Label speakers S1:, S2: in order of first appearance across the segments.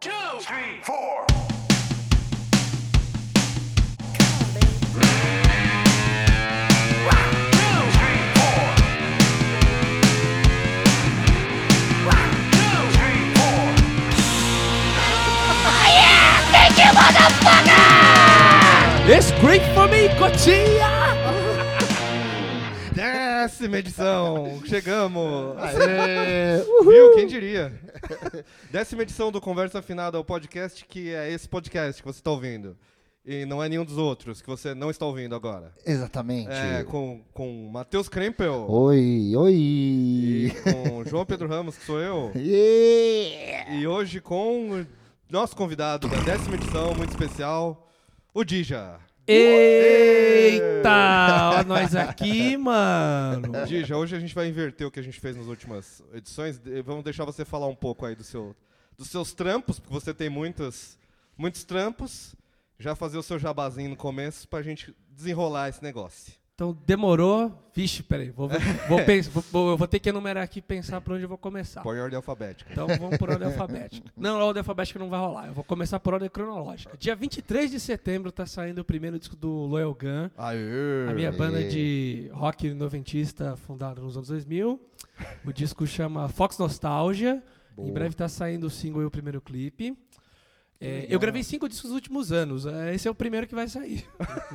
S1: One, three, four. One, two, three, four. One, two, three, four.
S2: It's great for me, Cotia!
S3: Décima edição! Chegamos!
S4: Aê!
S3: Viu? Quem diria? Décima edição do Conversa Afinada, o podcast que é esse podcast que você está ouvindo. E não é nenhum dos outros que você não está ouvindo agora.
S4: Exatamente.
S3: É, com, com Matheus Krempel
S4: Oi,
S3: e
S4: oi.
S3: com João Pedro Ramos, que sou eu.
S4: Yeah.
S3: E hoje com o nosso convidado da décima edição, muito especial, o Dija.
S2: Eita! Ó, nós aqui, mano.
S3: Dija, hoje a gente vai inverter o que a gente fez nas últimas edições. De- Vamos deixar você falar um pouco aí do seu, dos seus trampos, porque você tem muitos, muitos trampos. Já fazer o seu jabazinho no começo pra gente desenrolar esse negócio.
S2: Então demorou. Vixe, peraí. Vou, vou, vou, pens- vou- vou- eu vou ter que enumerar aqui e pensar por onde eu vou começar.
S3: Por ordem alfabética.
S2: Então vamos por ordem alfabética. Não, ordem alfabética não vai rolar. Eu vou começar por ordem cronológica. Dia 23 de setembro tá saindo o primeiro disco do Loyal Gun.
S3: Aê!
S2: A minha banda de rock noventista fundada nos anos 2000. O disco chama Fox Nostalgia. Em breve tá saindo o single e o primeiro clipe. É, eu gravei cinco discos nos últimos anos. É, Esse é o primeiro que vai sair.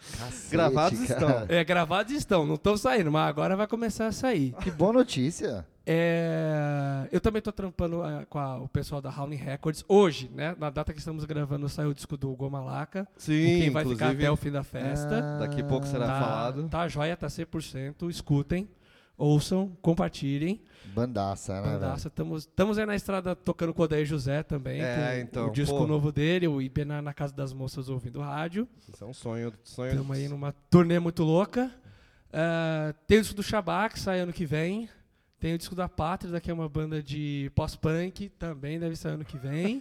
S4: Cacete,
S3: Gravados
S4: cara.
S3: estão.
S2: É, gravados estão, não estão saindo, mas agora vai começar a sair.
S4: Que boa notícia.
S2: É, eu também tô trampando eh, com a- o pessoal da Howling Records hoje, né? Na data que estamos gravando, saiu o disco do Gomalaca.
S3: Sim,
S2: com quem vai ficar
S3: inclusive,
S2: até o fim da
S4: ah,
S2: festa.
S3: daqui a pouco será
S2: Tá,
S3: falado.
S2: tá joia, tá 100%. Escutem, ouçam, compartilhem.
S3: Ah,
S4: Bandaça, né?
S2: Bandaça, estamos aí na estrada tocando com o Odair José também.
S3: É,
S2: com
S3: então,
S2: O disco
S3: pô.
S2: novo dele, o IP na, na Casa das Moças ouvindo rádio.
S3: Isso é um sonho. sonho
S2: Estamos aí numa turnê muito louca. Ah, tem o disco do Shabá, que sai ano que vem. Tem o disco da Pátrida, que é uma banda de pós-punk, também deve sair ano que vem.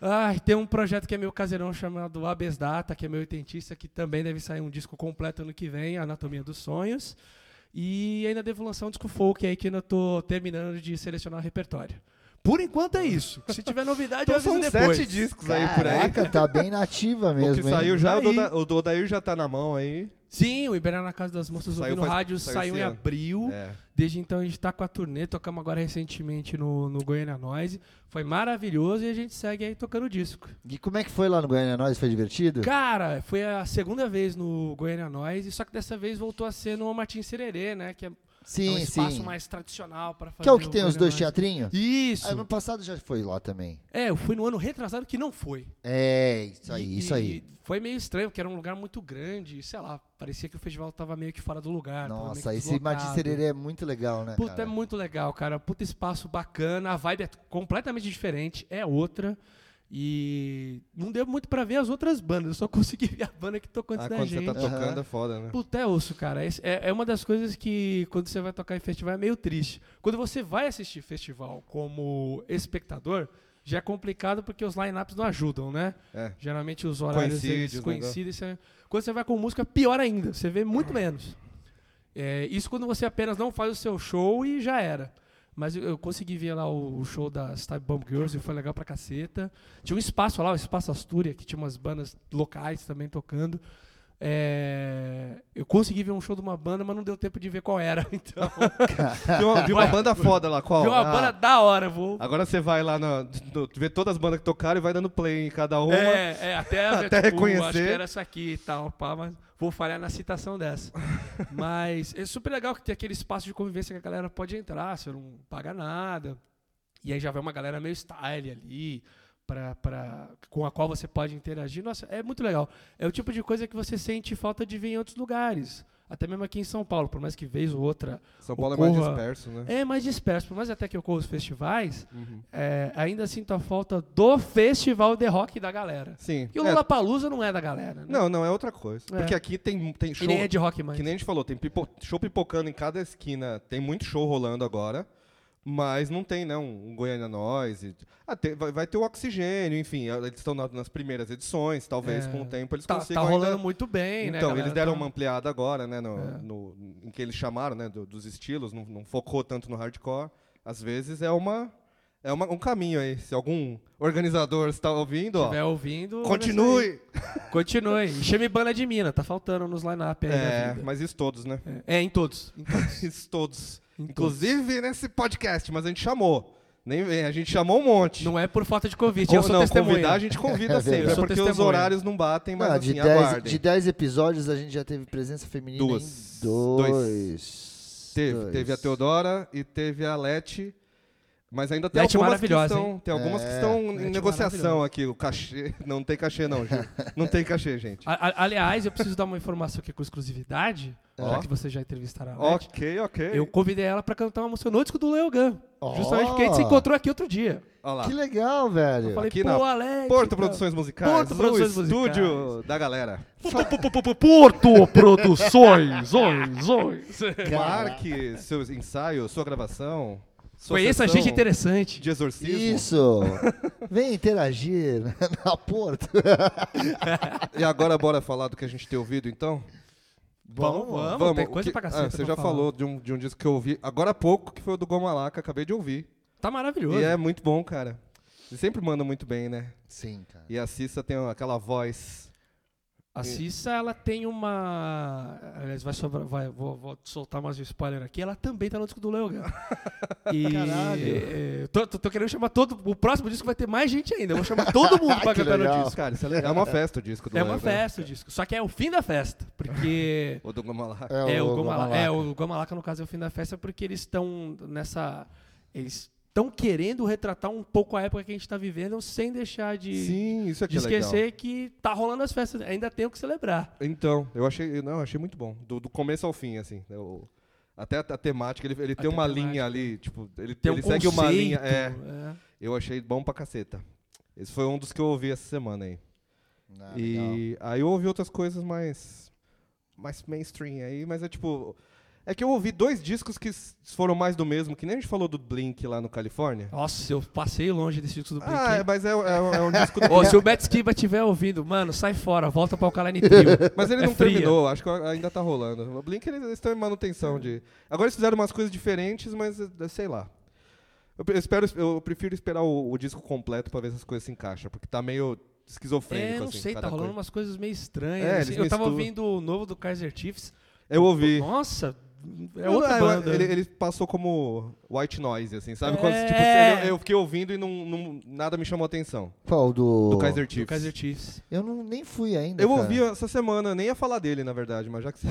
S2: Ah, tem um projeto que é meu caseirão chamado Abes Data, que é meu oitentista, que também deve sair um disco completo ano que vem, Anatomia dos Sonhos. E ainda devo lançar um disco folk aí que ainda tô terminando de selecionar o repertório. Por enquanto é isso. Se tiver novidade, eu
S3: Então
S2: aviso
S3: são
S2: depois.
S3: sete discos aí por aí.
S4: Caraca, tá bem nativa
S3: O
S4: mesmo,
S3: que
S4: hein?
S3: saiu já, o
S2: Aí.
S3: do- o do Odair já tá na mão aí.
S2: Sim, o Iberá na Casa das Moças
S3: Saiu
S2: ouvindo
S3: faz-
S2: rádio
S3: saiu
S2: saiu,
S3: esse
S2: em
S3: ano.
S2: abril.
S3: É.
S2: Desde então a gente tá com a turnê, tocamos agora recentemente no, no Goiânia Noise. Foi maravilhoso e a gente segue aí tocando disco.
S4: E como é que foi lá no Goiânia Nós? Foi divertido?
S2: Cara, foi a segunda vez no Goiânia Noise, só que dessa vez voltou a ser no Martins Sererê, né? Que é, é um
S4: sim,
S2: espaço
S4: sim.
S2: mais tradicional para fazer.
S4: Que é o que tem os
S2: Goiânia
S4: dois
S2: Noise.
S4: Ah, teatrinhos? Ano
S2: Isso!
S4: passado já foi lá também.
S2: É, eu fui no ano retrasado que não foi.
S4: É, isso aí,
S2: E-
S4: isso aí.
S2: e Foi meio estranho, porque era um lugar muito grande, sei lá, parecia que o festival tava meio que fora do lugar. tava meio
S4: Nossa,
S2: que
S4: esse Martins
S2: deslocado.
S4: Sererê é muito legal, né?
S2: Puta,
S4: cara?
S2: é muito legal, cara. Puta espaço bacana. A vibe é completamente diferente, é outra. E não deu muito pra ver as outras bandas. Eu só consegui ver a banda que tocou antes
S3: Ah,
S2: da
S3: quando você
S2: gente.
S3: tá
S4: Aham.
S3: tocando é foda, né?
S2: Puta, é osso, cara. Esse- É, é uma das coisas que quando você vai tocar em festival é meio triste. Quando você vai assistir festival como espectador, já é complicado porque os lineups não ajudam, né?
S3: É.
S2: Geralmente os horários
S3: Coincide,
S2: eles
S3: os
S2: coincidem. Você, quando você vai com música, pior ainda. Você vê muito menos. É, isso quando você apenas não faz o seu show e já era. Mas eu, eu consegui ver lá o, o show das Time Bomb Girls e foi legal pra caceta. Tinha um espaço lá, o Espaço Astúria, que tinha umas bandas locais também tocando. É, eu consegui ver um show de uma banda, mas não deu tempo de ver qual era. Então,
S3: Viu uma, vi uma banda foda lá, qual?
S2: vi uma
S3: Ah,
S2: banda da hora, vou.
S3: Agora você vai lá na, no, vê todas as bandas que tocaram e vai dando play em cada uma.
S2: É, é, até,
S3: Até
S2: tipo,
S3: reconhecer.
S2: Acho que era essa aqui e tal, pá, mas vou falhar na citação dessa. mas é super legal que tem aquele espaço de convivência que a galera pode entrar, você não paga nada. E aí já vai uma galera meio style ali, pra, pra, com a qual você pode interagir. Nossa, é muito legal. É o tipo de coisa que você sente falta de ver em outros lugares. Até mesmo aqui em São Paulo, por mais que vez ou outra
S3: São Paulo é mais
S2: Ocorra.
S3: disperso, né?
S2: é mais disperso, por mais até que ocorra os festivais,
S3: Uhum.
S2: é, ainda sinto a falta do festival de rock da galera.
S3: Sim.
S2: E o
S3: É.
S2: Lollapalooza não é da galera, né?
S3: Não, não, é outra coisa.
S2: É.
S3: Porque aqui tem, tem
S2: E
S3: show.
S2: nem é de rock mais.
S3: Que nem a gente falou, tem pipo- show pipocando em cada esquina. Tem muito show rolando agora. Mas não tem, né? Um, um Goiânia Noise. Ah, tem- vai, vai ter o Oxigênio, enfim. Eles estão na- nas primeiras edições. Talvez
S2: É.
S3: com o tempo eles
S2: tá, tá
S3: consigam
S2: rolando
S3: ainda-
S2: muito bem, né?
S3: Então,
S2: galera?
S3: eles deram
S2: Tá-
S3: uma ampliada agora, né? No,
S2: É.
S3: no- em que eles chamaram, né? do- dos estilos, não, não focou tanto no hardcore. Às vezes é uma. É uma- um caminho aí. Se algum organizador está ouvindo, ó,
S2: estiver ouvindo.
S3: continue!
S2: Continue. E chame banda de mina, tá faltando nos line-up aí.
S3: É,
S2: da vida.
S3: mas isso todos, né?
S2: É, em todos. Em todos.
S3: Isso todos.
S2: Em
S3: Inclusive nesse podcast, mas a gente chamou. Nem vem, a gente chamou um monte.
S2: Não é por falta de convite,
S3: Con-
S2: eu sou
S3: não,
S2: testemunha.
S3: convidar a gente convida
S4: É
S3: sempre,
S4: verdade.
S3: é
S4: Eu
S2: sou
S3: porque os
S2: testemunha.
S3: horários não batem, mas
S4: Não,
S3: assim,
S4: Ah, de, dez,
S3: aguardem.
S4: de 10 episódios a gente já teve presença feminina
S3: Duas.
S4: em dois.
S3: Teve,
S4: Dois.
S3: teve a Teodora e teve a Leti. Mas ainda tem
S2: Leti
S3: algumas que
S2: maravilhosa,
S3: estão, tem algumas que
S4: É.
S3: estão
S2: Leti
S3: em negociação
S2: maravilhosa.
S3: aqui. O cachê. Não tem cachê, não, gente. Não tem cachê, gente.
S2: A- a- aliás, eu preciso dar uma informação aqui com exclusividade,
S3: Ó.
S2: já que você já entrevistaram a Ah, Leti.
S3: ok, ok.
S2: Eu convidei ela pra cantar uma música no disco do Leogan.
S4: Ó.
S2: Justamente porque a gente se encontrou aqui outro dia.
S3: Olha lá.
S4: Que legal, velho.
S2: Eu falei,
S3: Aqui
S2: pô,
S3: na
S2: Alex.
S3: Porto
S2: tá-
S3: Produções Musicais.
S2: Porto
S3: o
S2: Produções
S3: estúdio
S2: Musicais.
S3: da galera.
S2: Porto Produções, oi, oi.
S3: Marque seu ensaio, sua gravação. Sua
S2: Conheça
S3: sessão
S2: gente interessante.
S3: De exorcismo.
S4: Isso! Vem interagir na porta.
S3: E agora bora falar do que a gente tem ouvido, então?
S2: Vamos, vamos, tem
S3: o
S2: coisa
S3: que-
S2: pra caceta
S3: Ah, você
S2: pra
S3: já
S2: falar.
S3: falou de um, de um disco que eu ouvi agora há pouco, que foi o do Gomalaca, acabei de ouvir.
S2: Tá maravilhoso.
S3: E é muito bom, cara. Ele sempre manda muito bem, né?
S4: Sim, cara.
S3: E a Cissa tem aquela voz.
S2: A Cissa, ela tem uma. Aliás, vai sobrar- vai- vou, vou soltar mais um spoiler aqui. Ela também tá no disco do Leogan. E.
S4: Caralho.
S2: é, tô, tô- tô querendo chamar todo. O próximo disco vai ter mais gente ainda. Eu vou chamar todo mundo pra
S4: Que
S2: cantar no
S4: legal.
S2: disco.
S3: Cara, isso é legal. É uma festa o disco do
S2: É uma
S3: Leandro, né?
S2: festa o disco. Só que é o fim da festa. Porque.
S3: O do Gomalaca.
S4: É,
S2: É, o
S4: Gomalaca.
S2: Gomalaca. É, o Gomalaca, no caso, é o fim da festa, porque eles estão nessa. Eles estão querendo retratar um pouco a época que a gente tá vivendo, sem deixar de,
S3: Sim, isso
S2: de
S3: aqui é legal.
S2: esquecer que tá rolando as festas. Ainda tem o que celebrar.
S3: Então, eu achei, não, eu achei muito bom. Do, do começo ao fim, assim. né, o- até a, a temática, ele, ele tem
S2: Até
S3: uma
S2: a
S3: linha
S2: temática.
S3: ali, tipo, ele,
S2: Tem
S3: ele
S2: um
S3: segue uma linha.
S2: conceito,
S3: É,
S2: é.
S3: eu achei bom pra caceta. Esse foi um dos que eu ouvi essa semana aí.
S4: Ah, legal.
S3: e aí eu ouvi outras coisas mais. mais mainstream aí, mas é tipo. É que eu ouvi dois discos que s- foram mais do mesmo, que nem a gente falou do Blink lá no Califórnia.
S2: Nossa, eu passei longe desse disco Ah, do Blink.
S3: Ah, é,
S2: hein?
S3: mas é, é, um- é um disco do
S2: Ô, se o Matt Skiba estiver ouvindo, mano, sai fora, volta pra Alkaline Trio.
S3: Mas ele
S2: É
S3: não
S2: fria.
S3: terminou, acho que ainda tá rolando. O Blink eles estão em manutenção de. Agora eles fizeram umas coisas diferentes, mas eh, sei lá. Eu, pre- eu espero, eu prefiro esperar o, o disco completo pra ver se as coisas se encaixam, porque tá meio esquizofrênico.
S2: É, não
S3: assim,
S2: sei, tá
S3: cada
S2: rolando
S3: coisa.
S2: umas coisas meio estranhas.
S3: É,
S2: assim.
S3: eles
S2: Eu tava ouvindo
S3: misturam.
S2: o novo do Kaiser Chiefs.
S3: Eu ouvi.
S2: Nossa, é
S3: Eu-
S2: outra
S3: ah, eu-
S2: banda.
S3: Ele, ele passou como white noise, assim, sabe?
S2: É.
S3: Quando, tipo, eu, eu fiquei ouvindo e não, não- nada me chamou atenção.
S4: Qual do.
S3: Do é Kaiser
S2: Do
S3: Chiefs.
S2: Kaiser Chiefs.
S4: Eu não, nem fui ainda.
S3: Eu
S4: cara.
S3: ouvi essa semana, nem ia falar dele, na verdade, mas já que você.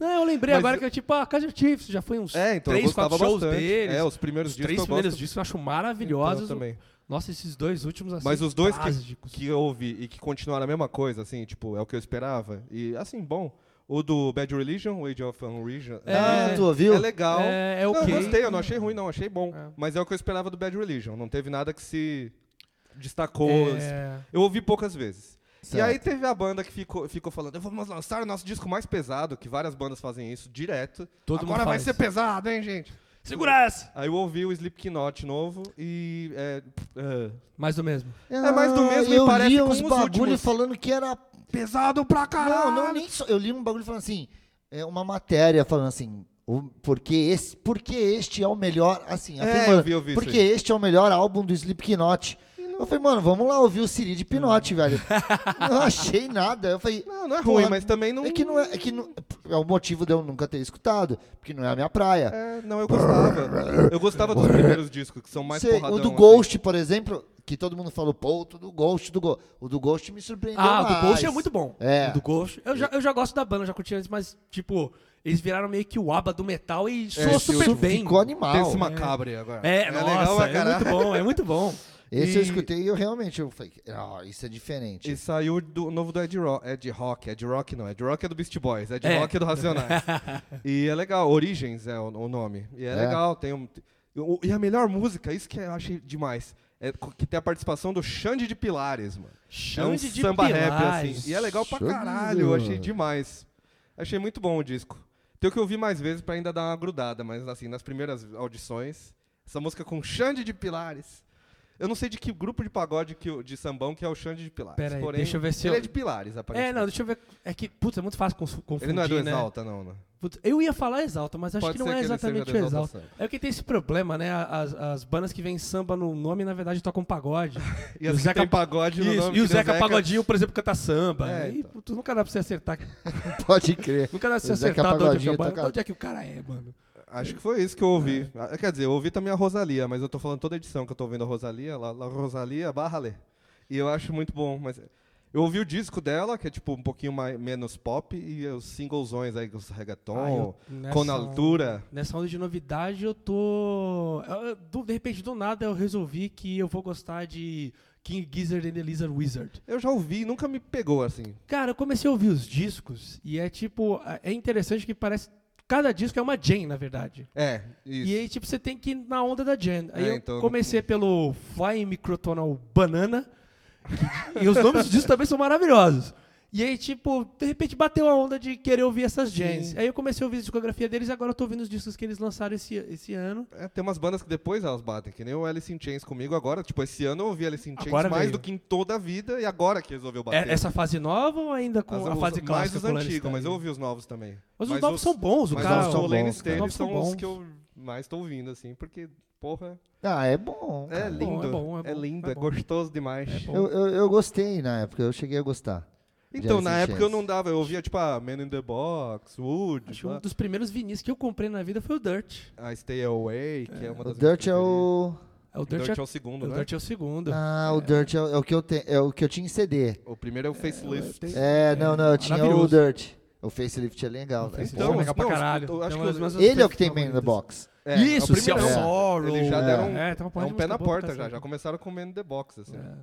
S2: Não, eu lembrei
S3: Mas
S2: agora
S3: eu-
S2: que eu, tipo, ah, Kaiser Chiefs, já foi uns
S3: É, então eu
S2: três,
S3: gostava
S2: quatro shows
S3: bastante.
S2: deles.
S3: É, os primeiros
S2: Os
S3: discos
S2: três
S3: eu gosto
S2: primeiros discos eu acho
S3: Então,
S2: maravilhosos.
S3: também.
S2: Nossa, esses dois últimos, assim,
S3: Mas os dois que-
S2: básicos.
S3: que eu ouvi e que continuaram a mesma coisa, assim, tipo, é o que eu esperava. E, assim, bom. O do Bad Religion, o Age of Unreason.
S2: É.
S4: Ah, tu ouviu?
S3: é legal.
S2: É, é
S3: Não,
S2: ok.
S3: eu gostei, eu não achei ruim, não, achei bom.
S2: É.
S3: Mas é o que eu esperava do Bad Religion. Não teve nada que se destacou.
S2: É,
S3: Eu ouvi poucas vezes. E
S4: Certo.
S3: aí teve a banda que ficou, ficou falando, vamos lançar o nosso disco mais pesado, que várias bandas fazem isso direto.
S2: Todo
S3: Agora
S2: mundo
S3: vai
S2: faz.
S3: ser pesado, hein, gente?
S2: Segura essa!
S3: Aí eu ouvi o Slipknot novo e... É, é,
S2: Mais do mesmo.
S4: Ah,
S3: mais do mesmo e
S4: eu
S3: parece
S4: li
S3: com
S4: uns
S3: os
S4: bagulho
S3: últimos.
S4: falando que era.
S3: pesado pra caralho!
S4: Não, não, nem só. Eu li um bagulho falando assim. É uma matéria falando assim. o- Porque, esse, porque este é o melhor. Assim,
S3: É,
S4: afirmando,
S3: eu vi, eu vi isso
S4: Porque
S3: aí.
S4: este é o melhor álbum do Slipknot. Eu falei, mano, vamos lá ouvir o Siri de Pinote, velho. não achei nada. Eu falei.
S3: Não, não é ruim,
S4: porra,
S3: mas também não.
S4: É que não é. É, que não- é o motivo de eu nunca ter escutado, porque não é a minha praia.
S3: É, não, eu gostava. Eu gostava dos primeiros discos, que são mais
S4: Sei,
S3: porradão.
S4: o do
S3: assim.
S4: Ghost, por exemplo, que todo mundo falou, pô, o do Ghost, do Ghost. O do Ghost me surpreendeu.
S2: Ah, o
S4: mais.
S2: do Ghost é muito bom.
S4: É.
S2: O do Ghost. Eu já, eu já gosto da banda, eu já curti antes, mas, tipo, eles viraram meio que o aba do metal
S3: É,
S2: e soou
S4: esse
S2: super
S4: eu-
S2: bem.
S4: É, Ficou animal.
S3: Tem esse macabre agora.
S2: É, nossa,
S3: pra
S2: é muito
S3: caralho.
S2: bom, é muito bom.
S4: Esse eu
S3: E-
S4: escutei e eu realmente eu falei, ah, isso é diferente.
S3: E saiu do o novo do Ed, Ro Ed Rock. Ed Rock não, Ed Rock é do Beast Boys, Ed
S2: É.
S3: Rock é do Racionais. e é legal, Origens é o, o nome. E é,
S4: É.
S3: legal, tem um. o- E a melhor música, isso que eu achei demais, é co- que tem a participação do Xande de Pilares, mano. é um
S2: Xande de
S3: samba rap,
S2: Pilares.
S3: assim. E é legal pra
S4: Xande de
S3: caralho, eu achei
S4: Pilares.
S3: demais. Achei muito bom o disco. Tem que ouvir mais vezes pra ainda dar uma grudada, mas assim, nas primeiras audições, essa música com Xande de Pilares. Eu não sei de que grupo de pagode que, o- de sambão que é o Xande de Pilares.
S2: Pera aí,
S3: Porém,
S2: deixa eu ver se
S3: ele
S2: eu-
S3: é de Pilares,
S2: É,
S3: aparentemente.
S2: não, deixa eu ver. É que, putz, é muito fácil confu- confundir,
S3: Ele não é do
S2: né?
S3: Exalta, não, né?
S2: Putz, Eu ia falar exalta, mas acho
S3: Pode
S2: que não
S3: ser
S2: é
S3: que ele seja
S2: exatamente
S3: do
S2: o
S3: Exalta
S2: exalta. É que tem esse problema, né? As, as bandas que vêm samba no nome, na verdade, tocam pagode.
S3: E, as que tem pagode no
S2: Isso,
S3: nome,
S2: e o
S3: que nem
S2: Zeca Pagodinho, por exemplo, canta samba.
S3: É,
S2: Aí,
S3: então.
S2: putz, nunca dá pra você acertar.
S4: Pode crer.
S2: Nunca dá pra você
S4: O Zeca
S2: acertar de onde é que é
S4: Pagodinho
S2: a banda,
S4: toca-
S2: de onde é que o cara é, mano.
S3: Acho que foi isso que eu ouvi. Ah, Quer dizer, eu ouvi também a Rosalia, mas eu tô falando toda edição que eu tô ouvindo a Rosalia, lá, lá Rosalia barra Lê. E eu acho muito bom, mas eu ouvi o disco dela, que é tipo um pouquinho mais, menos pop, e os singlezões aí, os
S2: Ah,
S3: reggaeton,
S2: eu- nessa
S3: com altura.
S2: Nessa onda de novidade, eu tô. eu- eu- do- de repente, do nada, eu resolvi que eu vou gostar de King Gizzard and the Lizard Wizard.
S3: Eu já ouvi, nunca me pegou assim.
S2: Cara, eu comecei a ouvir os discos e é tipo. a- É interessante que parece. Cada disco é uma Jane, na verdade.
S3: É, isso.
S2: E aí, tipo, você tem que ir na onda da Jen. Aí
S3: É,
S2: eu
S3: então,
S2: comecei pelo Flying Microtonal Banana. que- e os nomes disso também são maravilhosos. E aí, tipo, de repente bateu a onda de querer ouvir essas gens. Aí eu comecei a ouvir a discografia deles e agora eu tô ouvindo os discos que eles lançaram esse, esse ano.
S3: É, tem umas bandas que depois elas batem, que nem o Alice in Chains comigo agora. Tipo, esse ano eu ouvi Alice in Chains
S2: Agora
S3: mais
S2: veio.
S3: do que em toda a vida e agora que resolveu
S2: É-
S3: bater.
S2: essa fase nova ou ainda com
S3: As-
S2: a
S3: os-
S2: fase
S3: mais
S2: clássica?
S3: os
S2: com o Lana
S3: antigos, mas eu
S2: Stanley?
S3: ouvi os novos também.
S2: Mas os novos são bons, o
S3: Mas
S2: cara.
S3: os
S4: são
S3: do Lane
S4: bons, cara.
S3: Staley
S2: Novos são
S3: são os
S2: bons.
S3: que eu mais tô ouvindo, assim, porque, porra,
S4: Ah, é bom.
S3: é
S4: cara.
S3: lindo.
S2: é bom, é bom,
S3: lindo,
S2: é
S3: é,
S2: bom.
S3: gostoso demais.
S2: bom.
S4: Eu, eu, eu gostei na época, eu cheguei a gostar.
S3: Então,
S4: Alice
S3: na
S4: in
S3: época eu
S4: Chains.
S3: não dava, eu ouvia, tipo, a Man in the Box, Wood,
S2: Acho que um dos primeiros vinis que eu comprei na vida foi o Dirt.
S3: a Stay Away, que é, uma
S4: O
S3: das
S4: Dirt é
S3: minhas
S4: o.
S2: É, O
S3: preferidas.
S2: Dirt,
S3: Dirt é
S2: é,
S3: o segundo,
S2: o
S3: né?
S2: Dirt é o segundo.
S4: Ah, o Dirt é, o- é o que eu te, é o que eu tinha em CD.
S3: O primeiro é o Facelift.
S2: tem-
S4: É, não, não, eu tinha o
S2: maravilhoso.
S4: Dirt. O facelift é legal, velho.
S2: Então,
S3: Então,
S2: legal pra
S3: não,
S2: caralho.
S3: eu
S2: Tem
S3: acho que
S2: umas-
S3: eu-
S2: umas
S4: Ele é o que
S2: coisas
S4: tem Man in the
S2: favoritas.
S4: Box.
S3: É, é o
S2: Isso, Cell
S3: primeiro, é.
S2: Sorrow.
S3: Eles já deram um,
S2: É, tem uma
S3: é
S2: porrada
S3: um
S2: de música
S3: pé
S2: boa
S3: na
S2: pra
S3: porta já, já
S2: cacete.
S3: começaram com Man in the Box, assim.
S2: É.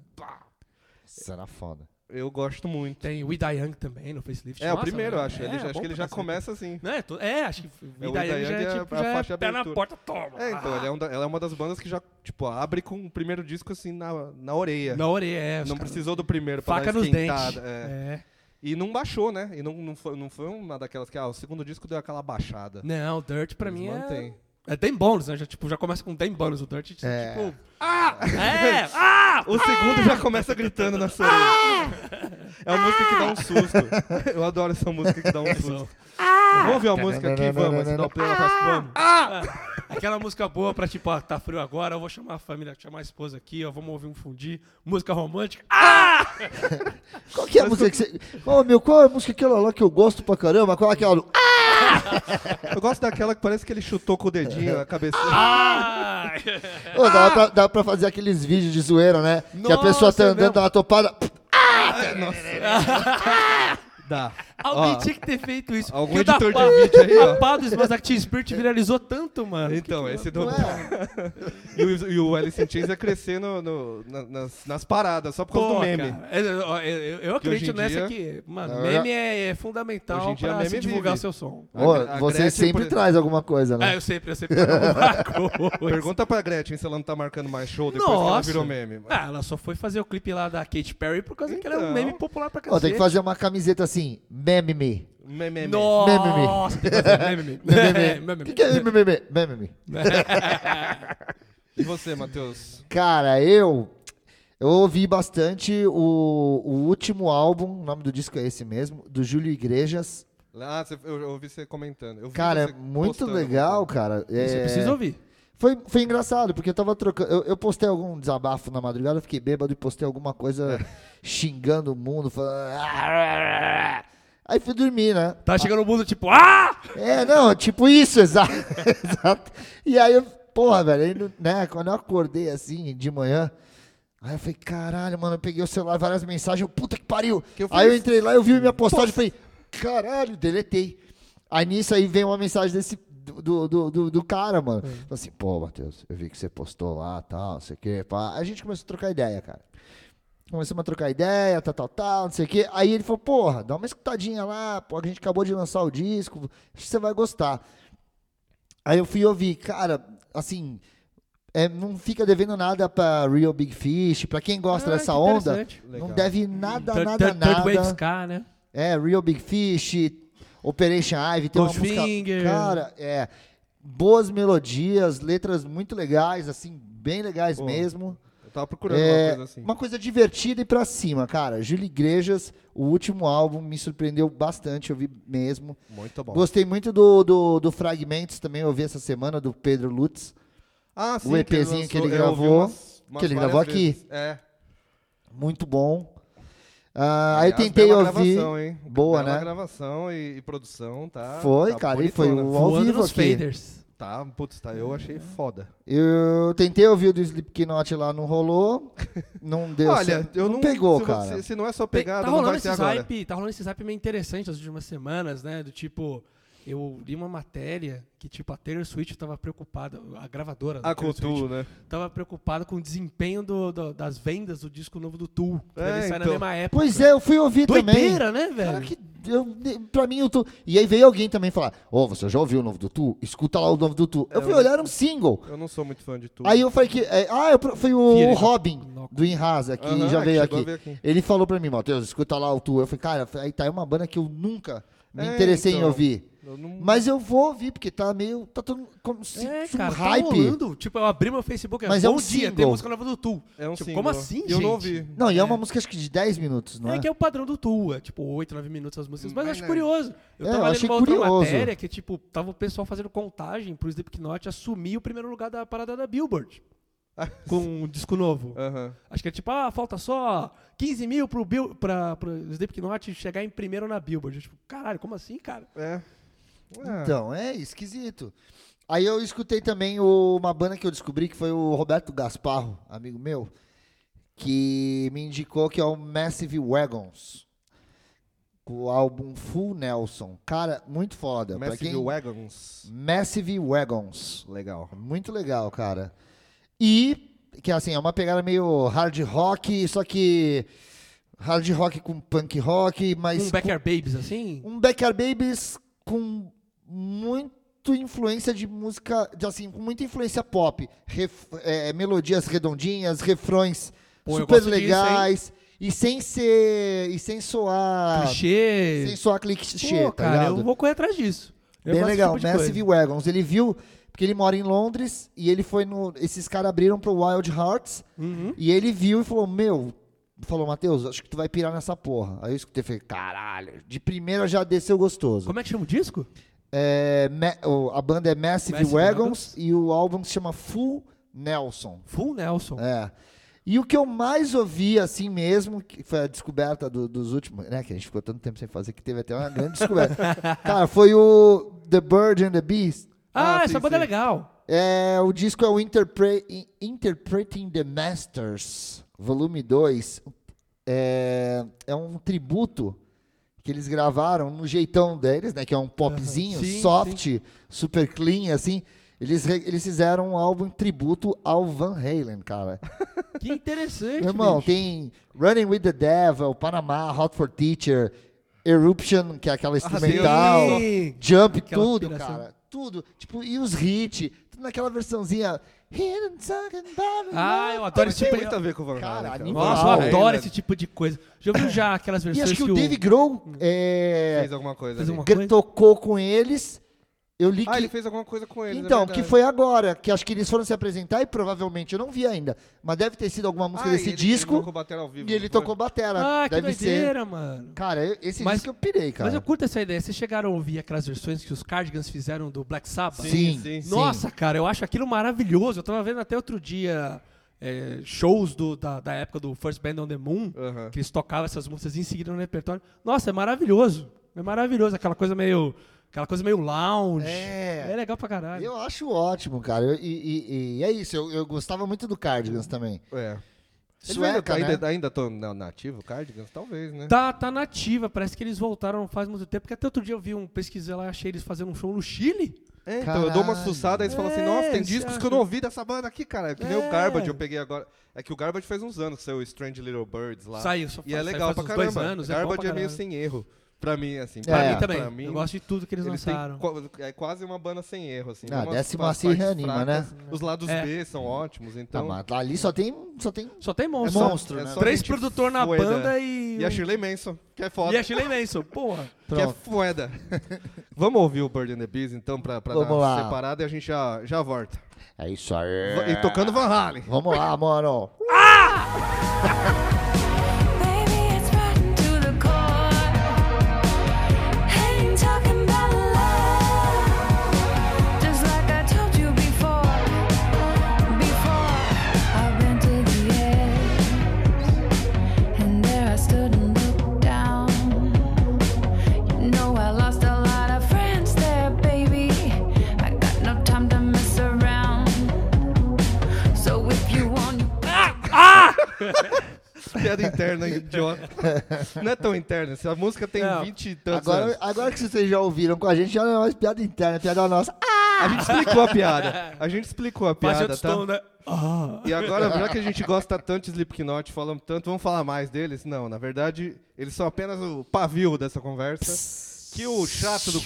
S4: Será foda.
S3: Eu gosto muito.
S2: Tem We Die Young também no facelift.
S3: É, o
S2: Nossa,
S3: primeiro, eu
S2: mano,
S3: acho. Ele já- acho
S2: bom
S3: que ele
S2: pra
S3: já
S2: cacete.
S3: começa assim.
S2: Não, é, to- é, acho que We
S3: o
S2: Die Young já
S3: Young
S2: é
S3: é
S2: tipo
S3: a
S2: já é
S3: faixa
S2: pé na
S3: abertura.
S2: porta, toma.
S3: É, então, ele é um da- ela é uma das bandas que já, tipo, abre com o primeiro disco, assim, na, na orelha.
S2: Na orelha, é. os
S3: Não
S2: caras-
S3: precisou do primeiro pra
S2: Faca
S3: dar
S2: nos dentes.
S3: esquentada, é.
S2: É.
S3: E não baixou, né? E não, não, foi, não foi uma daquelas que, ah, o segundo disco deu aquela baixada.
S2: Não, Dirt pra
S3: Eles
S2: mim é...
S3: mantêm.
S2: É Dem Bones, né? Já, tipo, já começa com Dem Bones o Dirt.
S4: É.
S2: Tipo... Ah! É! Ah!
S3: O segundo já começa gritando na sua orelha. É uma música que dá um
S2: Ah!
S3: susto. Eu adoro essa música que dá
S2: É
S3: um susto. Vamos ouvir uma música aqui, vamos. Esse dá o play, ela faz,
S2: Ah!
S3: vamos.
S2: Aquela música boa pra tipo, ah, tá frio agora, eu vou chamar a família, chamar a esposa aqui, ó, vamos ouvir um fundi, música romântica. Ah,
S4: Qual que é a música que você. Ô, meu, qual é a música aquela lá que eu gosto pra caramba? Qual é aquela do. Ah,
S3: Eu gosto daquela que parece que ele chutou com o dedinho, a cabecinha.
S2: Ah!
S3: Ah!
S4: Ô, dá, pra, dá pra fazer aqueles vídeos de zoeira, né? que a
S2: Nossa,
S4: pessoa tá
S2: é
S4: andando,
S2: mesmo.
S4: dá uma topada.
S3: Dá.
S2: Alguém
S3: Ó,
S2: tinha que ter feito isso.
S3: algum
S2: Porque o da
S3: editor de
S2: Pá-
S3: vídeo aí, ó.
S2: A pá do Smash Active Spirit viralizou tanto, mano.
S3: Então, esse do...
S4: Não é?
S3: E o, e o Alice in Chains ia crescer no- no- na- nas, nas paradas, só por causa
S2: Pô,
S3: do meme.
S2: cara, eu, eu- eu- eu
S3: Que hoje em
S2: acredito nessa
S3: dia-
S2: que, mano,
S4: Não,
S2: meme é, é fundamental
S3: Hoje em dia
S2: pra
S3: meme
S2: se divulgar o
S3: vive. Ah,
S2: seu som.
S3: A-
S4: Ô,
S3: a
S4: você
S3: Gretchen,
S4: sempre
S3: por- É,
S4: traz alguma coisa,
S2: Ah,
S4: né?
S2: eu sempre, eu sempre falo alguma coisa.
S3: Pergunta pra Gretchen se ela não tá marcando mais show depois que ela
S2: Nossa.
S3: virou meme.
S2: Ah, ela só foi fazer o clipe lá da Katy Perry por causa que ela é um
S3: Então.
S2: meme popular pra
S4: Ó,
S2: cacete.
S4: tem que fazer uma camiseta assim, meme me.
S3: Um Meme, meme.
S2: Nossa, tem que fazer meme.
S4: Meme
S2: Meme,
S4: me. que, que é meme me? Meme me.
S3: E você, Matheus?
S4: Cara, eu eu ouvi bastante o, o último álbum, o nome do disco é esse mesmo, do Júlio Igrejas.
S3: Ah, você- eu, eu ouvi você comentando. Eu vi
S4: Cara, é
S3: você
S4: muito
S3: postando
S4: legal,
S3: alguma
S4: cara.
S2: Você
S4: É,
S2: precisa ouvir.
S4: Foi, foi engraçado, porque eu tava trocando. Eu, eu postei algum desabafo na madrugada, eu fiquei bêbado e postei alguma coisa
S3: É.
S4: xingando o mundo, falando. "Ah, Aí fui dormir, né?
S2: Tá chegando o mundo tipo, ah!
S4: É, não, tipo isso, exato. exato. E aí, eu, porra, velho, aí, no- né, quando eu acordei assim de manhã, aí eu falei, caralho, mano, eu peguei o celular, várias mensagens, eu, puta que pariu.
S3: Que eu fiz?
S4: aí eu entrei lá, eu vi minha postagem e falei, caralho, deletei. Aí nisso aí vem uma mensagem desse. Do, do, do, do cara, mano.
S3: Hum.
S4: Falei assim, pô, Matheus, eu vi que você postou lá, tal, não sei o quê. Pá. A gente começou a trocar ideia, cara. Começamos a trocar ideia, tal, tal, tal, não sei o quê. Aí ele falou, porra, dá uma escutadinha lá, pô, a gente acabou de lançar o disco, acho que você vai gostar. Aí eu fui ouvir, cara, assim, é, não fica devendo nada pra Real Big Fish, pra quem gosta
S2: Ah,
S4: dessa
S2: que
S4: onda,
S2: interessante.
S3: Legal.
S4: não deve nada,
S2: Third-
S4: nada,
S2: Third- Third Wave
S4: nada.
S2: Ska, né?
S4: É, Real Big Fish, Operation Ivy, tem uma música,
S2: Goldfinger.
S4: cara, é, boas melodias, letras muito legais, assim, bem legais
S3: Pô.
S4: mesmo.
S3: coisa. Eu tava procurando
S4: É,
S3: uma coisa assim.
S4: Uma coisa divertida e pra cima, cara. Júlio Igrejas, o último álbum, me surpreendeu bastante, eu vi mesmo.
S3: Muito bom.
S4: Gostei muito do, do, do Fragmentos também, eu vi essa semana, do Pedro Lutz.
S3: Ah,
S4: o EPzinho que
S3: eu
S4: ele
S3: ouvi
S4: gravou,
S3: umas- umas
S4: que ele
S3: várias
S4: gravou aqui.
S3: vezes. É.
S4: Muito bom. Ah, aí eu
S3: Aliás,
S4: tentei
S3: É, bela
S4: ouvir.
S3: gravação, hein?
S4: Boa,
S3: Bela
S4: né?
S3: gravação e, e produção, tá?
S4: Foi,
S3: tá
S4: cara, e foi
S3: bonitona.
S4: o ao
S2: Voando
S4: vivo
S2: nos
S4: aqui.
S2: faders.
S3: Tá, putz, tá, eu achei foda.
S4: Eu tentei ouvir o do Slipknot lá, não rolou. Não deu
S3: Olha,
S4: certo.
S3: eu não,
S4: pegou,
S3: se,
S4: cara.
S3: Se, se não é só
S2: Tem-
S3: pegada,
S2: tá
S3: não
S2: rolando
S3: vai ter
S2: esse
S3: agora.
S2: hype, tá rolando esse hype meio interessante nas últimas semanas, né? Do tipo, eu li uma matéria que, tipo, a Taylor Swift tava preocupada, a gravadora da
S3: A
S2: Taylor Swift,
S3: cultura, né?
S2: tava preocupada com o desempenho do- do- das vendas do disco novo do Tool. Que
S3: É,
S2: deve sair na
S3: então.
S2: mesma época.
S4: Pois é, eu fui ouvir também.
S2: Doideira, né,
S4: Cara,
S2: velho?
S4: que eu, pra mim, eu tô. E aí veio alguém também falar: Ô, você já ouviu o novo do Tu? Escuta lá o novo do Tu.
S3: É,
S4: Eu fui olhar era um single.
S3: Eu não sou muito fã de tudo.
S4: Aí eu falei que. é, ah, eu, pro- foi o
S2: Vira,
S4: Robin
S2: louco.
S4: do Inrasa que
S3: Aham, é
S4: já
S3: que
S4: veio
S3: chegou
S4: aqui.
S3: a vir aqui.
S4: Ele falou pra mim, Matheus, escuta lá o Tu. Eu falei, cara, aí tá, é uma banda que eu nunca me
S3: É,
S4: interessei em
S3: então.
S4: ouvir.
S3: Eu não-
S4: Mas eu vou ouvir, porque tá meio. Tá todo mundo como se-
S2: É,
S4: um
S2: cara,
S4: hype.
S2: tá rolando. Tipo, eu abri meu Facebook,
S4: Mas é
S2: bom
S4: um
S2: dia, tem
S4: single.
S2: música nova do Tool.
S3: É um
S2: tipo,
S3: single.
S2: como assim,
S3: Eu não
S2: gente?
S3: ouvi.
S4: não, e é uma música acho que de 10 minutos, não é?
S2: É que é o padrão do Tool, é tipo 8, 9 minutos as músicas, mas eu
S3: Mas
S2: acho
S3: não.
S2: curioso. Eu
S4: É, eu
S2: tava lendo
S4: achei
S2: uma outra
S4: curioso.
S2: matéria que, tipo, tava o pessoal fazendo contagem pro Slipknot assumir o primeiro lugar da parada da Billboard. com um disco novo.
S3: Aham.
S2: Acho que é tipo, ah, falta só 15 mil pro, Bill, pra, pro Slipknot chegar em primeiro na Billboard. Eu, tipo, caralho, como assim, cara?
S3: É. Ah,
S4: Então, é esquisito. Aí eu escutei também o- uma banda que eu descobri, que foi o Roberto Gasparro, amigo meu, que me indicou que é o Massive Wagons. com O álbum Full Nelson. Cara, muito foda. Pra
S3: Massive
S4: quem-
S3: Wagons.
S4: Massive Wagons.
S3: Legal.
S4: Muito legal, cara. E, que assim, é uma pegada meio hard rock, só que hard rock com punk rock, mas
S2: Um Backyard Babies, assim?
S4: um Backyard Babies com muito influência de música, de, assim, com muita influência pop. Ref- é, melodias redondinhas, refrões
S2: Pô, eu
S4: super
S2: gosto disso, hein?
S4: legais. e sem ser. E sem soar.
S2: Clichê.
S4: Sem soar clichê,
S2: Pô,
S4: tá
S2: cara,
S4: ligado?
S2: eu vou correr atrás disso. Eu
S4: Bem
S2: gosto desse
S4: legal,
S2: tipo de
S4: Massive
S2: coisa.
S4: Wagons. Ele viu, porque ele mora em Londres, e ele foi no. Esses caras abriram pro Wild Hearts,
S2: Uhum.
S4: e ele viu e falou: Meu, falou, Matheus, acho que tu vai pirar nessa porra. Aí eu escutei e falei: Caralho, de primeira já desceu gostoso.
S2: Como é que chama o disco?
S4: É, Ma- o- a banda é Massive,
S2: Massive
S4: Wagons, e o álbum se chama Full Nelson.
S2: Full Nelson.
S4: É. E o que eu mais ouvi, assim mesmo, que foi a descoberta do- dos últimos, né? Que a gente ficou tanto tempo sem fazer que teve até uma grande descoberta. Cara, foi o The Bird and the Beast.
S2: Ah,
S3: Ah,
S2: essa
S3: sim,
S2: banda é
S3: sim.
S2: legal.
S4: É, o disco é o Interpre- In- Interpreting the Masters, volume 2. É, é um tributo que eles gravaram no jeitão deles, né? Que é um popzinho,
S2: Aham. Sim,
S4: soft, super clean, assim. Eles, re- eles fizeram um álbum tributo ao Van Halen, cara.
S2: Que interessante.
S4: Meu irmão,
S2: bicho.
S4: tem Running with the Devil, Panamá, Hot for Teacher, Eruption, que é aquela instrumental.
S2: Ah, Sim.
S4: Jump,
S2: Aquela
S4: tudo,
S2: aspiração.
S4: cara. Tudo. Tipo, e os hits, tudo naquela versãozinha. Hidden Sunken Valley.
S2: Ah, eu adoro
S3: Mas
S2: esse
S3: tem
S2: tipo
S3: muito a ver com o Van Halen,
S4: Cara,
S3: cara.
S4: animal.
S2: Nossa, eu
S4: Uau.
S2: adoro esse tipo de coisa. Já ouviu já aquelas
S4: E
S2: versões
S4: acho que,
S2: que
S4: o Dave Grohl é,
S3: Hum. tipo Fez alguma coisa
S2: Fez
S3: ali.
S2: uma
S4: que
S2: coisa?
S4: tocou com eles. Eu li
S3: Ah, ele
S4: que.
S3: fez alguma coisa com é ele.
S4: Então, que foi agora, que acho que eles foram se apresentar e provavelmente, eu não vi ainda, mas deve ter sido alguma música desse
S3: Ah,
S4: disco
S3: Ele tocou bateria ao vivo.
S4: e ele
S3: não foi?
S4: tocou batera.
S2: Ah, que
S4: deve ser.
S2: doideira, mano.
S4: Cara, eu- esse
S2: Mas-
S4: disco eu pirei, cara.
S2: Mas eu curto essa ideia. Vocês chegaram a ouvir aquelas versões que os Cardigans fizeram do Black Sabbath?
S4: Sim,
S3: Sim,
S4: sim.
S2: Nossa, cara, eu acho aquilo maravilhoso. Eu tava vendo até outro dia é, shows do- da, da época do First Band on the Moon,
S3: Aham.
S2: que eles tocavam essas músicas em seguida no repertório. Nossa, é maravilhoso. É maravilhoso. Aquela coisa meio. Aquela coisa meio lounge.
S4: É.
S2: É legal pra caralho.
S4: Eu acho ótimo, cara. Eu- e, e- e é isso, eu, eu gostava muito do Cardigans também.
S3: É. Ele
S4: Sueca,
S3: ainda, tá, é
S4: né?
S3: ainda, ainda tô na- nativo, Cardigans? Talvez, né?
S2: Tá, tá nativa, parece que eles voltaram faz muito tempo, porque até outro dia eu vi um pesquisei lá, achei eles fazendo um show no Chile.
S3: É, então eu dou uma
S4: Caralho.
S3: sussada, aí você fala assim,
S2: É,
S3: nossa, tem
S2: você
S3: discos que
S2: acha?
S3: eu não ouvi dessa banda aqui, cara. É Que nem
S2: É.
S3: o Garbage, eu peguei agora. É que o Garbage faz uns anos que saiu o Strange Little Birds lá.
S2: Saiu, só
S3: E é
S2: saiu faz
S3: legal pra
S2: uns dois
S3: caramba.
S2: anos, é bom
S3: Garbage
S2: pra
S3: é meio
S2: caralho.
S3: sem erro. Pra mim, assim.
S2: Pra
S4: É.
S2: mim também.
S3: pra mim,
S2: eu gosto de tudo que eles,
S3: eles têm
S2: lançaram.
S3: qua- é quase uma banda sem erro, assim.
S4: Ah,
S3: Umas
S4: décima
S3: pa-
S4: se
S3: partes
S4: reanima, né?
S3: fracas. Os lados
S2: É.
S3: B são ótimos,
S4: Tá,
S3: então...
S4: mas ali só tem. Só tem.
S2: Só tem
S4: É
S2: monstro.
S4: monstro,
S3: é
S4: né?
S3: só-
S2: Três
S3: gente
S2: produtor na
S3: fueda.
S2: banda e.
S3: E a Shirley Manson, que é foda.
S2: E a Shirley Manson, porra.
S3: Que é
S4: Pronto.
S3: foda. Vamos ouvir o Bird and the Bees, então, pra, pra
S4: Vamos
S3: dar
S4: lá.
S3: separada e a gente já, já volta.
S4: É isso aí.
S3: Va- E tocando Van Halen.
S4: Vamos lá, mano.
S5: Baby, it's rotten to the core. Ain't talking about love, just like I told you before. Before I've been to the edge, and there I stood and looked down. You know I lost a lot of friends there, baby. I got no time to mess around. So if you want, you Ah!
S3: Piada interna, idiota. Não é tão interna. Essa música tem
S2: Não.
S3: 20 e tantos
S4: Agora,
S3: anos.
S4: agora que vocês já ouviram com a gente, já não é mais piada interna, é piada nossa.
S3: A gente explicou a piada. A gente explicou a
S2: Baixa
S3: piada,
S2: outros
S3: tá?
S2: tons, né? Ah.
S3: E agora, já que a gente gosta tanto de Slipknot, falamos tanto, vamos falar mais deles? Não, na verdade, eles são apenas o pavio dessa conversa. Que o chato do.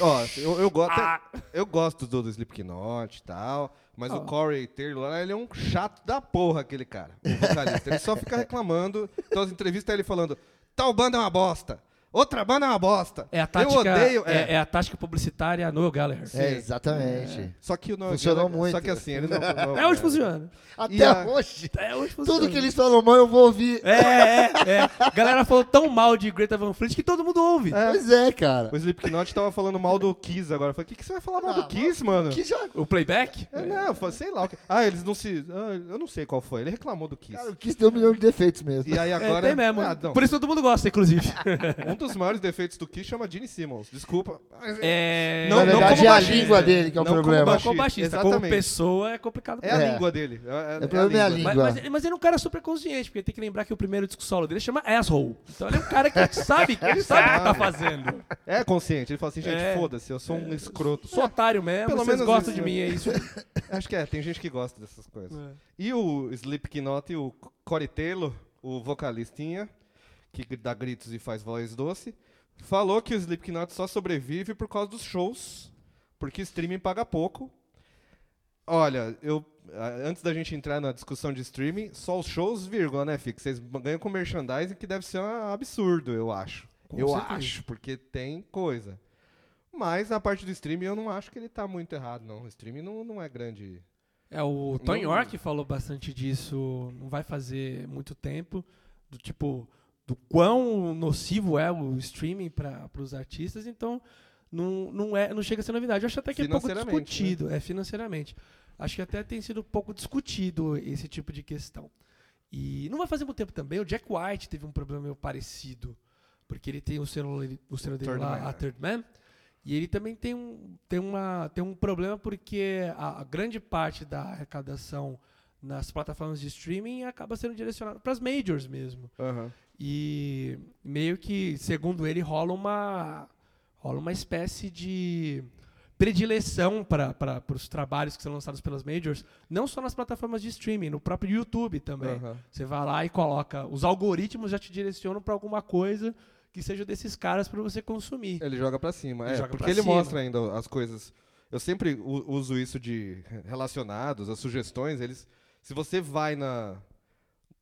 S3: Ó, eu, eu, go- até-
S2: Ah.
S3: eu gosto do, do Slipknot e tal, mas o Corey Taylor, lá, ele é um chato da porra, aquele cara. O vocalista. Ele só fica reclamando. Então, as entrevistas, ele falando: tal banda é uma bosta, outra banda é uma bosta.
S2: É a tática.
S3: Eu odeio.
S2: é. é a tática publicitária Noel Gallagher.
S4: É, exatamente.
S3: Só que o Noel
S4: Funcionou
S3: Gallagher-
S4: muito.
S3: Só que assim, ele não. não-
S2: É hoje funciona.
S4: Até
S3: E a-
S4: hoje.
S2: É hoje funciona.
S4: Tá Tudo que eles falam, mano, eu vou ouvir.
S2: É, é, é. A galera falou tão mal de Greta Van Fleet que todo mundo ouve.
S4: Pois é, cara.
S3: O Slipknot tava falando mal do Kiss agora. Eu falei, o que, que você vai falar mal
S2: Ah,
S3: do Kiss, mano?
S4: Que já.
S2: O playback?
S3: É, não, eu falei, sei lá. o que- Ah, eles não se... ah, eu não sei qual foi. Ele reclamou do Kiss.
S4: Cara, o Kiss tem um milhão de defeitos mesmo.
S3: e aí
S2: é,
S3: agora...
S2: tem mesmo.
S3: Ah, não.
S2: Por isso todo mundo gosta, inclusive.
S3: Um dos maiores defeitos do Kiss chama Gene Simmons. Desculpa.
S2: é...
S3: Não,
S4: Na
S3: não
S4: verdade,
S3: como
S4: é a
S3: baixista.
S4: língua dele que é o
S3: Não como
S4: problema.
S2: Como baixista, como
S3: Exatamente.
S2: pessoa é complicado.
S3: É a
S4: É.
S3: língua dele. É,
S4: O problema é a língua.
S2: Mas, mas- mas ele é um cara super consciente, porque tem que lembrar que o primeiro disco solo dele chama Asshole. Então ele é um cara que sabe, que ele sabe o que tá fazendo.
S3: É consciente. Ele fala assim, gente,
S2: É.
S3: foda-se, eu sou um escroto.
S2: Sou otário mesmo, Pelo
S3: Pelo
S2: vocês
S3: menos
S2: gostam
S3: isso,
S2: de
S3: né?
S2: mim, é isso.
S3: Acho que é, tem gente que gosta dessas coisas.
S2: É.
S3: E o Slipknot e o Corey Taylor, o vocalistinha, que gr- dá gritos e faz voz doce, falou que o Slipknot só sobrevive por causa dos shows, porque streaming paga pouco. Olha, eu a- antes da gente entrar na discussão de streaming, só os shows, vírgula, né, Fico? Vocês b- ganham com merchandising que deve ser um absurdo, eu acho.
S2: Com
S3: eu
S2: certeza.
S3: acho, porque tem coisa. Mas na parte do streaming eu não acho que ele tá muito errado, não. O streaming não, não é grande.
S2: É, o Tom
S3: Não-
S2: York falou bastante disso, não vai fazer muito tempo, do tipo, do quão nocivo é o streaming para os artistas, então não, não, é, não chega a ser novidade. Eu acho até que é pouco
S3: Financeiramente, né?
S2: discutido, é financeiramente. Acho que até tem sido pouco discutido esse tipo de questão. E não vai fazer muito tempo também, o Jack White teve um problema meio parecido, porque ele tem o selo, o selo dele
S3: Third
S2: lá,
S3: Man,
S2: a
S3: né?
S2: Third Man, e ele também tem um, tem uma, tem um problema porque a, a grande parte da arrecadação nas plataformas de streaming acaba sendo direcionada para as majors mesmo. E meio que, segundo ele, rola uma, rola uma espécie de predileção para os trabalhos que são lançados pelas majors, não só nas plataformas de streaming, no próprio YouTube também.
S3: Aham.
S2: Você vai lá e coloca, os algoritmos já te direcionam para alguma coisa que seja desses caras para você consumir.
S3: Ele joga pra cima,
S2: Ele
S3: é,
S2: joga
S3: porque
S2: pra
S3: ele
S2: cima.
S3: mostra ainda as coisas. Eu sempre u- uso isso de relacionados, as sugestões, eles se você vai na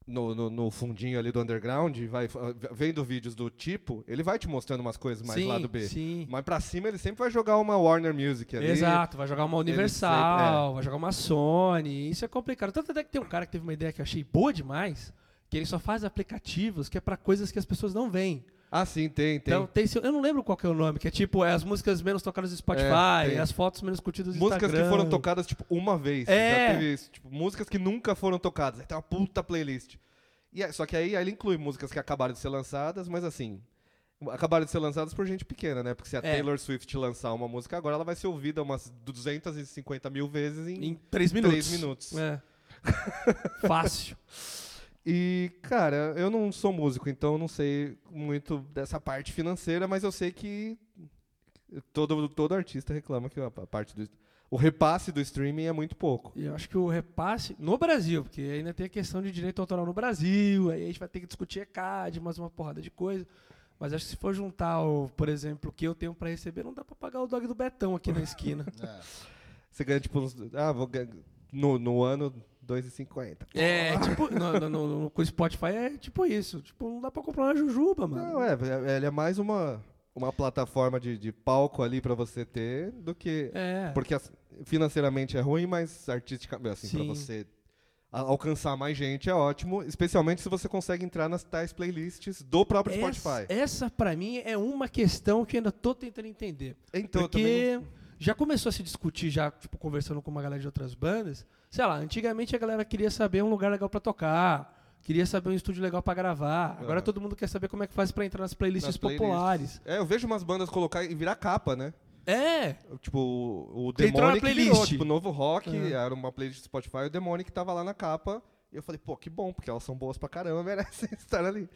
S3: no, no, no fundinho ali do underground, e vai fa- vendo vídeos do tipo, ele vai te mostrando umas coisas mais
S2: sim,
S3: lado B.
S2: Sim.
S3: Mas pra cima ele sempre vai jogar uma Warner Music ali.
S2: Exato, vai jogar uma
S3: Ele
S2: Universal,
S3: sempre- é.
S2: vai jogar uma Sony, isso é complicado. Tanto até que tem um cara que teve uma ideia que eu achei boa demais, que ele só faz aplicativos que é pra coisas que as pessoas não veem.
S3: Ah, sim, tem, tem.
S2: Então tem, seu- eu não lembro qual que é o nome, que é tipo é as músicas menos tocadas no
S3: É,
S2: Spotify,
S3: tem.
S2: as fotos menos curtidas no
S3: músicas
S2: Instagram.
S3: que foram tocadas tipo uma vez.
S2: É.
S3: Já teve isso. Tipo, músicas que nunca foram tocadas. Aí tem uma puta playlist. E aí- só que aí, aí ele inclui músicas que acabaram de ser lançadas, mas assim, acabaram de ser lançadas por gente pequena, né? Porque se a
S2: É.
S3: Taylor Swift lançar uma música agora, ela vai ser ouvida umas 250 mil vezes em.
S2: em três minutos.
S3: Três minutos.
S2: É. Fácil.
S3: E, cara, eu não sou músico, então eu não sei muito dessa parte financeira, mas eu sei que todo, todo artista reclama que a parte do. O repasse do streaming é muito pouco.
S2: E eu acho que o repasse no Brasil, porque ainda tem a questão de direito autoral no Brasil, aí a gente vai ter que discutir ECAD, mais uma porrada de coisa. Mas acho que se for juntar, o, por exemplo, o que eu tenho pra receber, não dá pra pagar o dog do Betão aqui na esquina.
S3: É. Você ganha, tipo, uns. Ah, vou ganhar. No, no ano, 2,50.
S2: é, tipo, no, no- no- no- com o Spotify é tipo isso. Tipo, não dá pra comprar uma jujuba, mano.
S3: Não, é, é- ele é mais uma, uma plataforma de, de palco ali pra você ter do que.
S2: É.
S3: Porque assim, financeiramente é ruim, mas artisticamente, assim, pra
S2: Sim.
S3: você a- alcançar mais gente é ótimo, especialmente se você consegue entrar nas tais playlists do próprio
S2: Essa,
S3: Spotify.
S2: essa para mim é uma questão que eu ainda tô tentando entender.
S3: Então, eu também
S2: é porque já começou a se discutir já, tipo, conversando com uma galera de outras bandas, sei lá, antigamente a galera queria saber um lugar legal pra tocar, queria saber um estúdio legal pra gravar. Agora
S3: Aham.
S2: todo mundo quer saber como é que faz pra entrar nas playlists
S3: Nas playlists.
S2: populares.
S3: É, eu vejo umas bandas colocar e virar capa, né?
S2: É,
S3: Tipo, o, o
S2: Entrou na
S3: Demonic virou,
S2: playlist. É.
S3: tipo, Novo Rock,
S2: Aham.
S3: era uma playlist do Spotify, o Demonic tava lá na capa, e eu falei, pô, que bom, porque elas são boas pra caramba, merecem estar ali.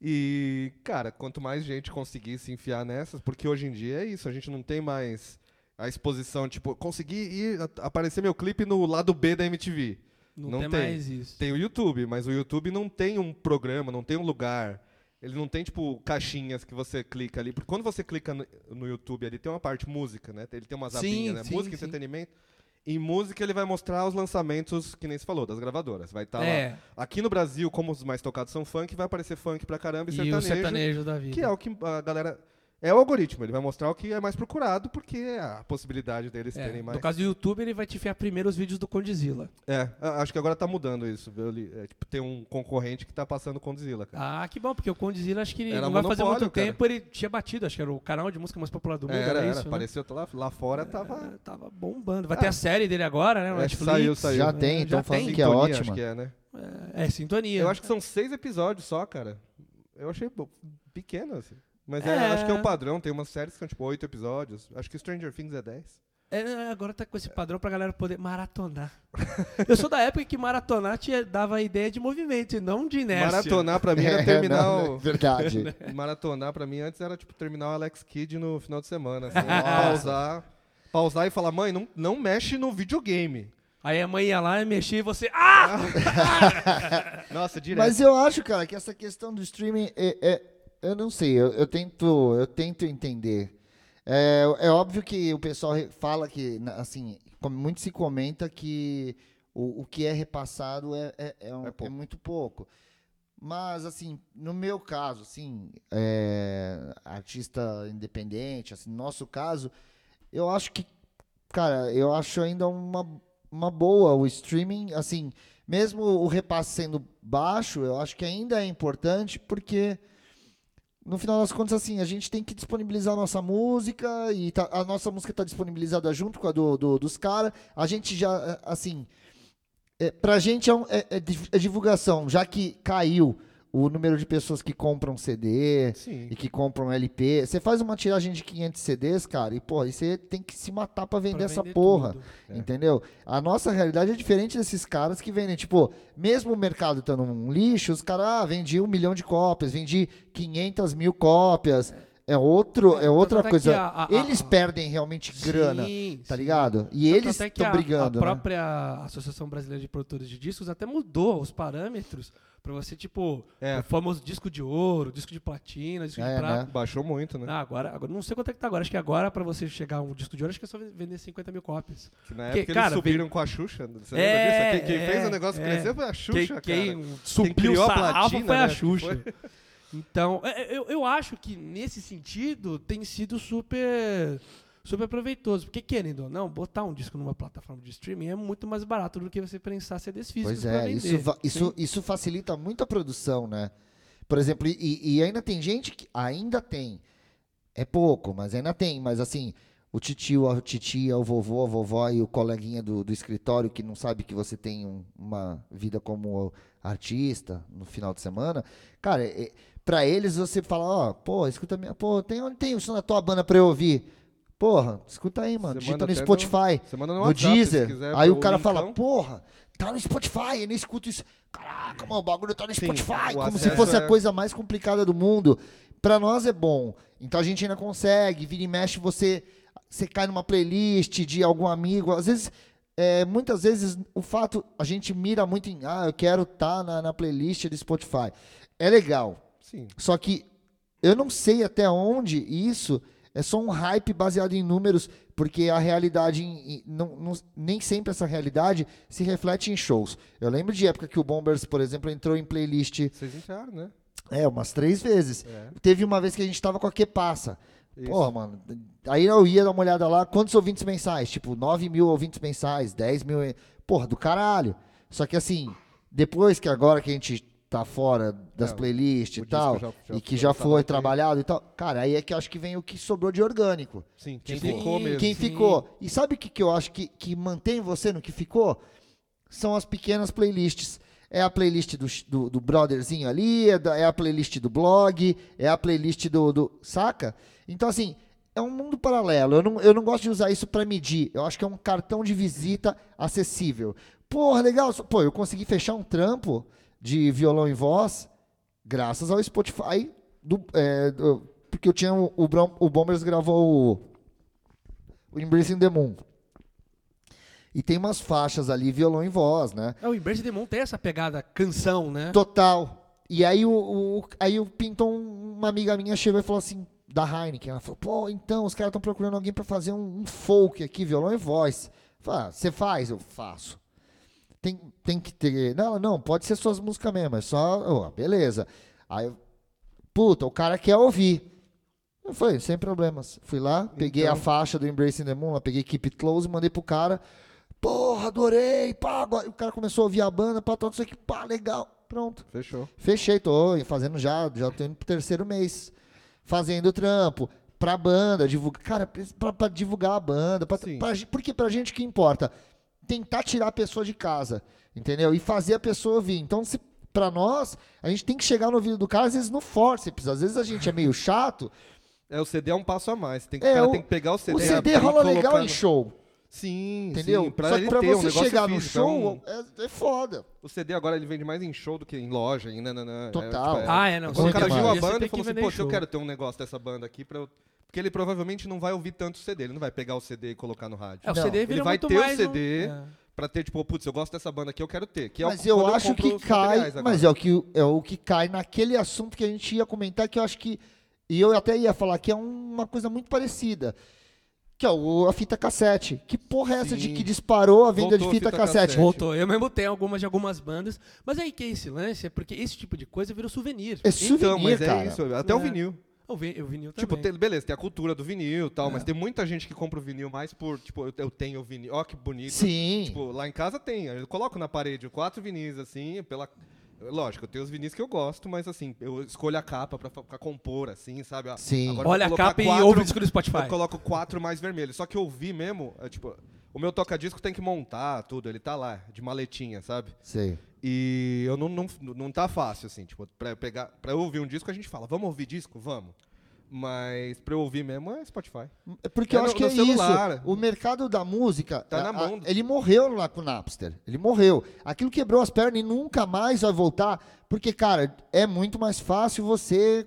S3: E, cara, quanto mais gente conseguir se enfiar nessas, porque hoje em dia é isso, a gente não tem mais a exposição, tipo, consegui ir, a- aparecer meu clipe no lado B da MTV.
S2: não,
S3: Não
S2: tem,
S3: tem.
S2: mais isso.
S3: Tem o YouTube, mas o YouTube não tem um programa, não tem um lugar. Ele não tem, tipo, caixinhas que você clica ali. Porque quando você clica no, no YouTube, ali tem uma parte música, né? Ele tem umas
S2: Sim,
S3: abinhas, né?
S2: sim,
S3: música,
S2: sim.
S3: entretenimento. Em música, ele vai mostrar os lançamentos, que nem se falou, das gravadoras. Vai estar tá lá.
S2: é,
S3: Aqui no Brasil, como os mais tocados são funk, vai aparecer funk pra caramba e,
S2: e
S3: sertanejo,
S2: o sertanejo da vida.
S3: Que é o que a galera... É o algoritmo, ele vai mostrar o que é mais procurado, porque é a possibilidade deles
S2: É,
S3: terem mais...
S2: No caso do YouTube, ele vai te enfiar primeiro os vídeos do Condizila.
S3: É, a- acho que agora tá mudando isso. viu? Ele- é, tipo, tem um concorrente que tá passando com o Zilla, cara.
S2: Ah, que bom, porque o Condizila acho que ele
S3: Era
S2: não vai fazer
S3: monopólio,
S2: muito
S3: cara.
S2: tempo, ele tinha batido, acho que era o canal de música mais popular do mundo,
S3: É, era,
S2: era,
S3: era,
S2: isso, né?
S3: apareceu tá lá, lá fora, tava.
S2: É, Tava bombando. Vai ter a série dele agora, né? No
S3: Ah. É,
S2: Netflix.
S3: saiu, saiu.
S2: né?
S4: Já tem, então falando que é
S3: Sintonia, acho
S4: ótima.
S3: que é, né?
S2: É, é, sintonia.
S3: Eu acho que são seis episódios só, cara. Eu achei bo- pequeno, assim. Mas é,
S2: É.
S3: acho que é o padrão, tem umas séries que são tipo oito episódios. Acho que Stranger Things é dez.
S2: É, é, agora tá com esse padrão pra galera poder maratonar. Eu sou da época que maratonar tinha, dava a ideia de movimento e não de inércia.
S3: Maratonar pra mim era
S4: É,
S3: terminar
S4: não,
S3: o.
S4: Verdade.
S3: Maratonar pra mim antes era tipo terminar o Alex Kidd no final de semana. Assim, pausar. Pausar e falar, mãe, não, não mexe no videogame.
S2: Aí a mãe ia lá e mexia e você... Ah!
S3: Nossa, direto.
S4: Mas eu acho, cara, que essa questão do streaming é, é- eu não sei, eu, eu tento, eu tento entender. É, é óbvio que o pessoal re- fala que, na- assim, como muito se comenta que o, o que é repassado é, é- é um-
S3: É pouco.
S4: é muito pouco. Mas, assim, no meu caso, assim, é, artista independente, assim, no nosso caso, eu acho que, cara, eu acho ainda uma, uma boa o streaming, assim, mesmo o repasse sendo baixo, eu acho que ainda é importante porque no final das contas assim, a gente tem que disponibilizar a nossa música e tá- a nossa música está disponibilizada junto com a do, do- dos caras. A gente já eh, assim, é, pra gente é, um- é- é div- é divulgação, já que caiu o número de pessoas que compram CD,
S3: Sim.
S4: e que compram LP. Você faz uma tiragem de 500 CDs, cara, e porra, aí você tem que se matar pra vender
S2: Pra
S4: essa
S2: vender
S4: porra.
S2: tudo.
S3: É.
S4: Entendeu? A nossa realidade é diferente desses caras que vendem, tipo, mesmo o mercado estando um lixo, os caras, ah, vendi um milhão de cópias, vendi 500 mil cópias. É outro, é
S2: Tanto
S4: outra
S2: até que
S4: coisa.
S2: a- a-
S4: Eles
S2: a-
S4: perdem realmente grana,
S2: Sim,
S4: tá
S2: sim.
S4: ligado? E
S2: Tanto
S4: eles
S2: até que
S4: estão
S2: a-
S4: brigando.
S2: A
S4: né?
S2: própria Associação Brasileira de Produtores de Discos até mudou os parâmetros pra você, tipo,
S3: É.
S2: o famoso disco de ouro, disco de platina, disco
S4: É,
S2: de prata.
S4: né?
S3: Baixou muito, né?
S2: Ah, agora, agora, não sei quanto é que tá agora. Acho que agora, pra você chegar a um disco de ouro, acho que é só vender 50 mil cópias.
S3: Que na
S2: Porque,
S3: época
S2: cara,
S3: eles subiram com a Xuxa. Você
S2: É,
S3: lembra disso? Quem, quem
S2: é,
S3: fez o negócio
S2: é.
S3: crescer foi
S2: Quem-
S3: a Xuxa,
S2: quem,
S3: cara.
S2: subiu
S3: criou
S2: o
S3: a
S2: sarrafo
S3: platina,
S2: foi a
S3: né?
S2: Xuxa. Então, é, é, eu, eu acho que nesse sentido tem sido super super proveitoso. Porque, querendo ou não, botar um disco numa plataforma de streaming é muito mais barato do que você prensar CDs físicos
S4: Pois
S2: pra
S4: é,
S2: vender.
S4: isso, va- isso, isso facilita muito a produção, né? Por exemplo, e, e ainda tem gente que ainda tem. É pouco, mas ainda tem. Mas assim, o titio, a titia, o vovô, a vovó e o coleguinha do, do escritório que não sabe que você tem um- uma vida como artista no final de semana, cara, é, pra eles você fala, ó, pô, escuta minha. Pô, tem onde tem o som da tua banda pra eu ouvir? Porra, escuta aí, mano.
S3: Você
S4: Digita
S3: manda
S4: no
S3: até no-
S4: Spotify
S3: Você manda no,
S4: no
S3: WhatsApp, se
S4: Deezer.
S3: quiser,
S4: aí o
S3: pro
S4: cara fala,
S3: linkão.
S4: porra, tá no Spotify, eu não escuto isso. Caraca, mano, o bagulho tá no
S3: Sim, o
S4: Spotify, como se
S3: acesso
S4: fosse
S3: é-
S4: a coisa mais complicada do mundo. Pra nós é bom. Então a gente ainda consegue, vira e mexe, você, você cai numa playlist de algum amigo. Às vezes, é, muitas vezes, o fato, a gente mira muito tá em, ah, eu quero estar na, na playlist do Spotify. É legal,
S3: Sim.
S4: só que eu não sei até onde isso é só um hype baseado em números, porque a realidade, em- em- não- não- nem sempre essa realidade se reflete em shows. Eu lembro de época que o Bombers, por exemplo, entrou em playlist
S3: Vocês entraram, né?
S4: é, umas três vezes. Teve uma vez que a gente tava com a Que Passa.
S3: É. Isso.
S4: Porra, mano. Aí eu ia dar uma olhada lá, quantos ouvintes mensais? Tipo, 9 mil ouvintes mensais, 10 mil. e- Porra, do caralho. Só que assim, depois que agora que a gente tá fora das
S3: Não,
S4: playlists
S3: É, o
S4: e
S3: disco
S4: tal,
S3: já- já
S4: e que
S3: foi
S4: já
S3: lançado
S4: foi
S3: aqui.
S4: trabalhado e tal, cara, aí é que eu acho que vem o que sobrou de orgânico.
S3: Sim, quem
S4: Tipo,
S3: ficou mesmo.
S4: Quem ficou. E sabe o que, que eu acho que, que mantém você no que ficou? São as pequenas playlists. É a playlist do, ch- do, do brotherzinho ali, é, da- é a playlist do blog, é a playlist do, do- Saca? Então, assim, é um mundo paralelo. Eu não, eu não gosto de usar isso pra medir. Eu acho que é um cartão de visita acessível. Porra, legal. so- Pô, eu consegui fechar um trampo de violão e voz graças ao Spotify. do- é, do- porque eu tinha o, o, Brom- o Bombers gravou o o Embracing the Moon. E tem umas faixas ali, violão e voz, né?
S2: É, o Embrace Demon tem essa pegada canção, né?
S4: Total. E aí o, o- aí o pintou um- uma amiga minha chegou e falou assim, da Heineken, ela falou, pô, então, os caras estão procurando alguém pra fazer um, um folk aqui, violão e voz. Fala, você faz? Eu faço. Tem, tem que ter. Não, ela, não, pode ser suas músicas mesmo, é só. ó, beleza. Aí, eu, puta, o cara quer ouvir. Eu falei, sem problemas. Fui lá, peguei a faixa do Embracing the Moon, lá, peguei Keep It Close, mandei pro cara. Porra, adorei, pá, agora. O cara começou a ouvir a banda, pá, tudo isso aqui, pá, legal. Pronto.
S3: Fechou.
S4: Fechei, tô fazendo já, já tô indo pro terceiro mês. Fazendo trampo pra banda, divulgar. Cara, pra, pra divulgar a banda. Pra,
S3: Sim.
S4: pra, gen- porque pra gente que importa? Tentar tirar a pessoa de casa, entendeu? E fazer a pessoa ouvir. Então, se, pra nós, a gente tem que chegar no ouvido do cara, às vezes no forceps. Às vezes a gente é meio chato.
S3: É, o CD é um passo a mais. Tem que,
S4: É,
S3: o cara
S4: o-
S3: tem que pegar o CD.
S4: o CD
S3: abrir,
S4: rola
S3: colocar
S4: legal em
S3: no-
S4: show,
S3: Sim,
S4: entendeu?
S3: sim. Pra
S4: Só
S3: ele
S4: que pra
S3: ter um
S4: você
S3: negócio
S4: chegar no
S3: físico, é um-
S4: show, é, é foda.
S3: O CD agora ele vende mais em show do que em loja, em nananã.
S4: Total.
S3: É, tipo, é-
S2: Ah, é, não.
S3: Quando o
S2: você
S3: cara
S2: tem
S4: Muito
S3: viu a
S2: mais. Você
S3: banda
S2: tem
S3: e
S2: que
S3: falou assim,
S2: vender
S3: poxa, eu
S2: show.
S3: quero ter um negócio dessa banda aqui pra eu... Porque ele provavelmente não vai ouvir tanto o CD, ele não vai pegar o CD e colocar no rádio.
S2: É, o
S4: Não,
S2: CD
S4: ele
S2: vira
S3: ele vai
S2: muito
S3: ter o
S2: mais um-
S3: CD
S2: É.
S3: pra ter, tipo, putz, eu gosto dessa banda aqui, eu quero ter. Que é o-
S4: Mas eu
S3: quando
S4: acho
S3: compro
S4: que
S3: os materiais
S4: cai,
S3: agora.
S4: mas é o que, é o que cai naquele assunto que a gente ia comentar, que eu acho que. E eu até ia falar que é uma coisa muito parecida. Que é o- a fita cassete. Que porra é essa de
S3: Sim.
S4: que disparou a venda
S3: Voltou
S4: de fita,
S3: a fita
S4: cassete?
S3: cassete.
S2: Voltou. Tipo, Eu mesmo tenho algumas de algumas bandas. Mas aí que é esse lance, é porque esse tipo de coisa virou souvenir.
S4: É souvenir,
S3: Então, mas
S4: cara.
S3: é isso, até o
S2: É.
S3: vinil.
S2: O, vi, o vinil
S3: Tipo,
S2: também.
S3: tem- beleza, tem a cultura do vinil e tal,
S4: É.
S3: mas tem muita gente que compra o vinil mais por, tipo, eu, eu tenho o vinil, ó que bonito.
S4: Sim.
S3: Tipo, lá em casa tem, eu coloco na parede quatro vinis, assim, pela... Lógico, eu tenho os vinis que eu gosto, mas assim, eu escolho a capa pra, fa- pra compor, assim, sabe? Ah,
S4: Sim.
S3: agora eu vou
S2: Olha a
S3: colocar
S2: capa e
S3: quatro-
S2: ouve o disco do Spotify.
S3: Eu coloco quatro mais vermelhos. Só que eu vi mesmo, é, tipo, o meu toca-disco tem que montar tudo, ele tá lá, de maletinha, sabe?
S4: Sei.
S3: E eu não, não, não tá fácil, assim, tipo, pra eu pegar. Pra eu ouvir um disco, a gente fala, vamos ouvir disco? Vamos. Mas pra eu ouvir mesmo é Spotify.
S4: É Porque
S3: É
S4: eu
S3: no-
S4: acho que
S3: no
S4: é
S3: celular.
S4: isso. O mercado da música.
S3: Tá na
S4: a- a-
S3: mão.
S4: ele morreu lá com o Napster. Ele morreu. Aquilo quebrou as pernas e nunca mais vai voltar. Porque, cara, é muito mais fácil você.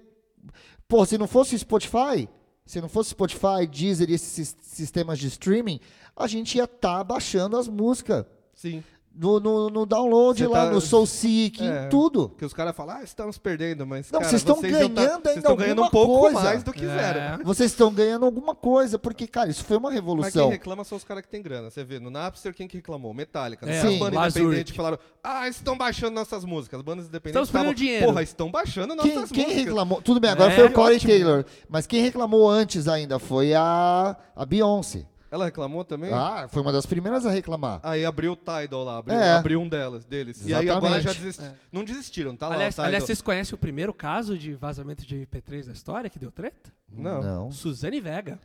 S4: Pô, se não fosse o Spotify, se não fosse Spotify, Deezer e esses sis- sistemas de streaming, a gente ia estar baixando as músicas.
S3: Sim.
S4: No, no, no download
S3: Você
S4: lá,
S3: tá-
S4: no SoulSeek,
S3: É.
S4: em tudo.
S3: Porque os caras falam, ah, estamos perdendo, mas.
S4: Não,
S3: cara,
S4: vocês estão
S3: já tá-
S4: ganhando
S3: vocês
S4: ainda
S3: estão ganhando um
S4: alguma
S3: pouco
S4: coisa.
S3: mais do que zero.
S2: É.
S4: Vocês estão ganhando alguma coisa, porque, cara, isso foi uma
S3: Mas quem
S4: revolução.
S3: reclama são os caras que têm grana. Você vê, no Napster, quem que reclamou? Metallica.
S2: É,
S3: Essas
S4: sim,
S3: bandas
S2: Lazuric.
S3: independentes falaram, ah, estão baixando nossas músicas. As bandas independentes
S2: Estamos perdendo
S3: estavam,
S2: dinheiro.
S3: porra, estão baixando nossas
S4: Quem,
S3: músicas.
S4: quem reclamou? Tudo bem, agora foi o Corey Taylor. Mas quem reclamou antes ainda foi a, a Beyoncé.
S3: Ela reclamou também?
S4: Ah, foi uma das primeiras a reclamar.
S3: Aí abriu o Tidal lá, abriu,
S4: É.
S3: abriu um delas, deles. E aí agora
S4: Exatamente.
S3: já desistiram. Não desistiram, tá lá
S2: Aliás,
S3: o Tidal.
S2: aliás, vocês conhecem o primeiro caso de vazamento de MP3 da história que deu treta?
S3: Não.
S4: Não.
S2: Suzane Vega.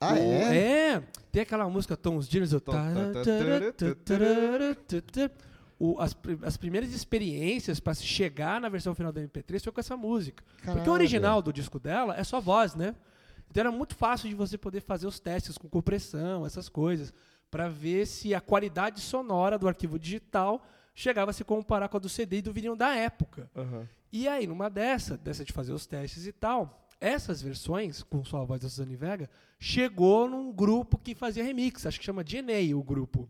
S4: Ah, é?
S2: É. Tem aquela música Tom Os Dinos. o
S3: Tom,
S2: tará,
S3: tá, tá,
S2: tará,
S3: tá,
S2: tá, tará, tá, tá. O- as, pri- as primeiras experiências para chegar na versão final da MP3 foi com essa música. Porque
S4: Caralho.
S2: o original do disco dela é só voz, né? Então era muito fácil de você poder fazer os testes com compressão, essas coisas, para ver se a qualidade sonora do arquivo digital chegava a se comparar com a do CD e do vinil da época.
S3: Aham.
S2: E aí, numa dessa, dessa de fazer os testes e tal, essas versões, com só a voz da Suzane Vega, chegou num grupo que fazia remix, acho que chama DNA o grupo.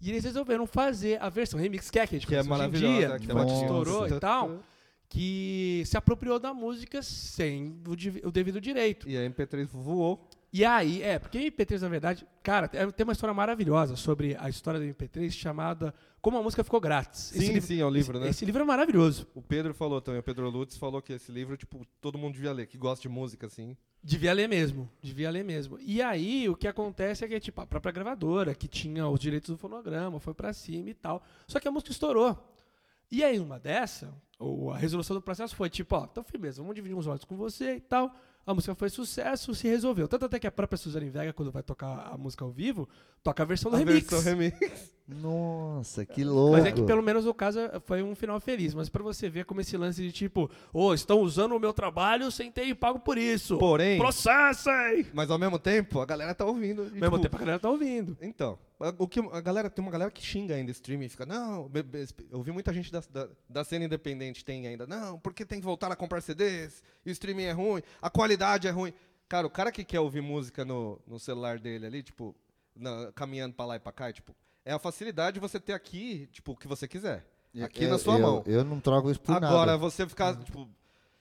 S2: E eles resolveram fazer a versão remix, que é a que a gente
S3: Que é
S2: conhece hoje em
S3: maravilhosa,
S2: dia,
S3: que
S2: que
S3: tem
S2: foi a que
S4: uma-
S2: estourou e tal, que se apropriou da música sem o, div- o devido direito.
S3: E a MP3 voou.
S2: E aí, é, porque MP3, na verdade, cara, é, tem tem uma história maravilhosa sobre a história do MP3 chamada Como a Música Ficou Grátis.
S3: Sim, sim, é o livro,
S2: esse-
S3: né?
S2: Esse livro é maravilhoso.
S3: O Pedro falou também, o Pedro Lutz falou que esse livro, tipo, todo mundo devia ler, que gosta de música, assim.
S2: Devia ler mesmo, devia ler mesmo. E aí, o que acontece é que, tipo, a própria gravadora, que tinha os direitos do fonograma, foi pra cima e tal. Só que a música estourou. E aí, uma dessa, ou a resolução do processo foi, tipo, ó, então firmeza, vamos dividir uns olhos com você e tal. A música foi sucesso, se resolveu. Tanto até que a própria Suzane Vega, quando vai tocar a música ao vivo, toca a versão do
S3: a
S2: remix.
S3: versão remix.
S4: Nossa, que louco.
S2: Mas é que pelo menos o caso foi um final feliz. Mas pra você ver como esse lance de tipo, ô, estão usando o meu trabalho sem ter pago por isso.
S3: Porém,
S2: Processem!
S3: mas ao mesmo tempo, a galera tá ouvindo. e,
S2: Ao mesmo
S3: tipo,
S2: tempo a galera tá ouvindo.
S3: Então, a- o que a galera tem uma galera que xinga ainda streaming e fica, não, be- be- eu vi muita gente da, da, da cena independente tem ainda, não, porque tem que voltar a comprar CDs, e o streaming é ruim, a qualidade é ruim. Cara, o cara que quer ouvir música no, no celular dele ali, tipo, na- caminhando pra lá e pra cá, tipo, é a facilidade de você ter aqui, tipo, o que você quiser. Aqui
S4: Eu-
S3: na sua
S4: É, eu-
S3: mão.
S4: Eu não troco isso por
S3: Agora,
S4: nada.
S3: você ficar, tipo,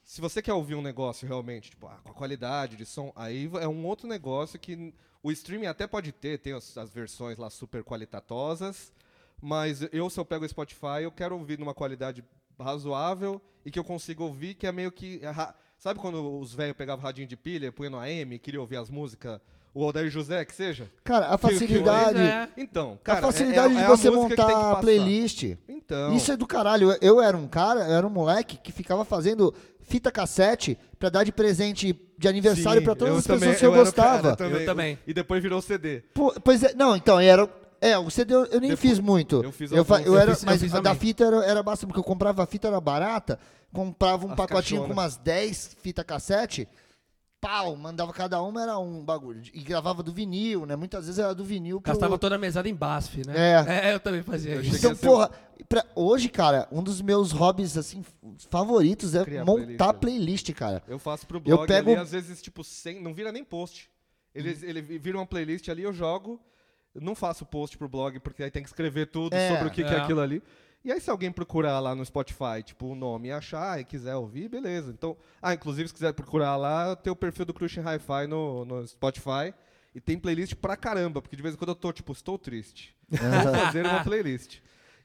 S3: se você quer ouvir um negócio realmente, tipo, ah, com a qualidade de som, aí é um outro negócio que n- o streaming até pode ter, tem as, as versões lá super qualitatosas, mas eu, se eu pego o Spotify, eu quero ouvir numa qualidade razoável e que eu consiga ouvir, que é meio que... é ra- Sabe quando os velhos pegavam radinho de pilha, punha no AM e queria ouvir as músicas? O Odair José, que seja?
S4: Cara, a facilidade.
S2: Pois é.
S3: Então, cara, é-
S4: a facilidade
S3: é- é
S4: de você
S3: música que tem que
S4: montar a
S3: passar.
S4: playlist.
S3: Então,
S4: Isso é do caralho. Eu- Eu era um cara, eu era um moleque que ficava fazendo fita cassete pra dar de presente de aniversário
S3: sim,
S4: pra todas as pessoas
S3: também-
S4: que eu,
S3: era o
S4: gostava.
S3: cara
S2: Eu também.
S3: E depois virou CD.
S4: Pô, pois é, não, então, era. É, o CD eu, eu nem
S3: Depois-
S4: fiz muito.
S3: eu fiz
S4: eu, fa-
S3: alguns,
S4: eu
S2: eu
S4: era,
S2: fiz- eu
S4: mas
S2: fiz
S4: a da
S2: também.
S4: fita era, era bastante, porque eu comprava a fita, era barata, comprava um
S3: As
S4: pacotinho
S3: caixona.
S4: com umas 10 fita cassete, pau, mandava cada uma, era um bagulho. E gravava do vinil, né? Muitas vezes era do vinil pro,
S2: Gastava toda a mesada em BASF, né?
S4: É.
S2: eu também fazia
S3: Eu
S2: isso.
S3: cheguei
S4: Então,
S3: a ser-
S4: porra, pra- hoje, cara, um dos meus hobbies, assim, favoritos é
S3: Criar
S4: montar
S3: playlist. né?
S4: playlist, cara.
S3: Eu faço pro
S4: Eu
S3: blog
S4: pego- um
S3: ali, às vezes, tipo, sem, não vira nem post. Ele, ele vira uma playlist ali, eu jogo, eu não faço post pro blog, porque aí tem que escrever tudo
S4: É.
S3: sobre o que, que é
S2: É.
S3: aquilo ali. E aí, se alguém procurar lá no Spotify, tipo, o nome e achar e quiser ouvir, beleza. Então, ah, inclusive, se quiser procurar lá, tem o perfil do Christian Hi-Fi no, no Spotify. E tem playlist pra caramba, porque de vez em quando eu tô, tipo, estou triste. Vou fazer uma playlist.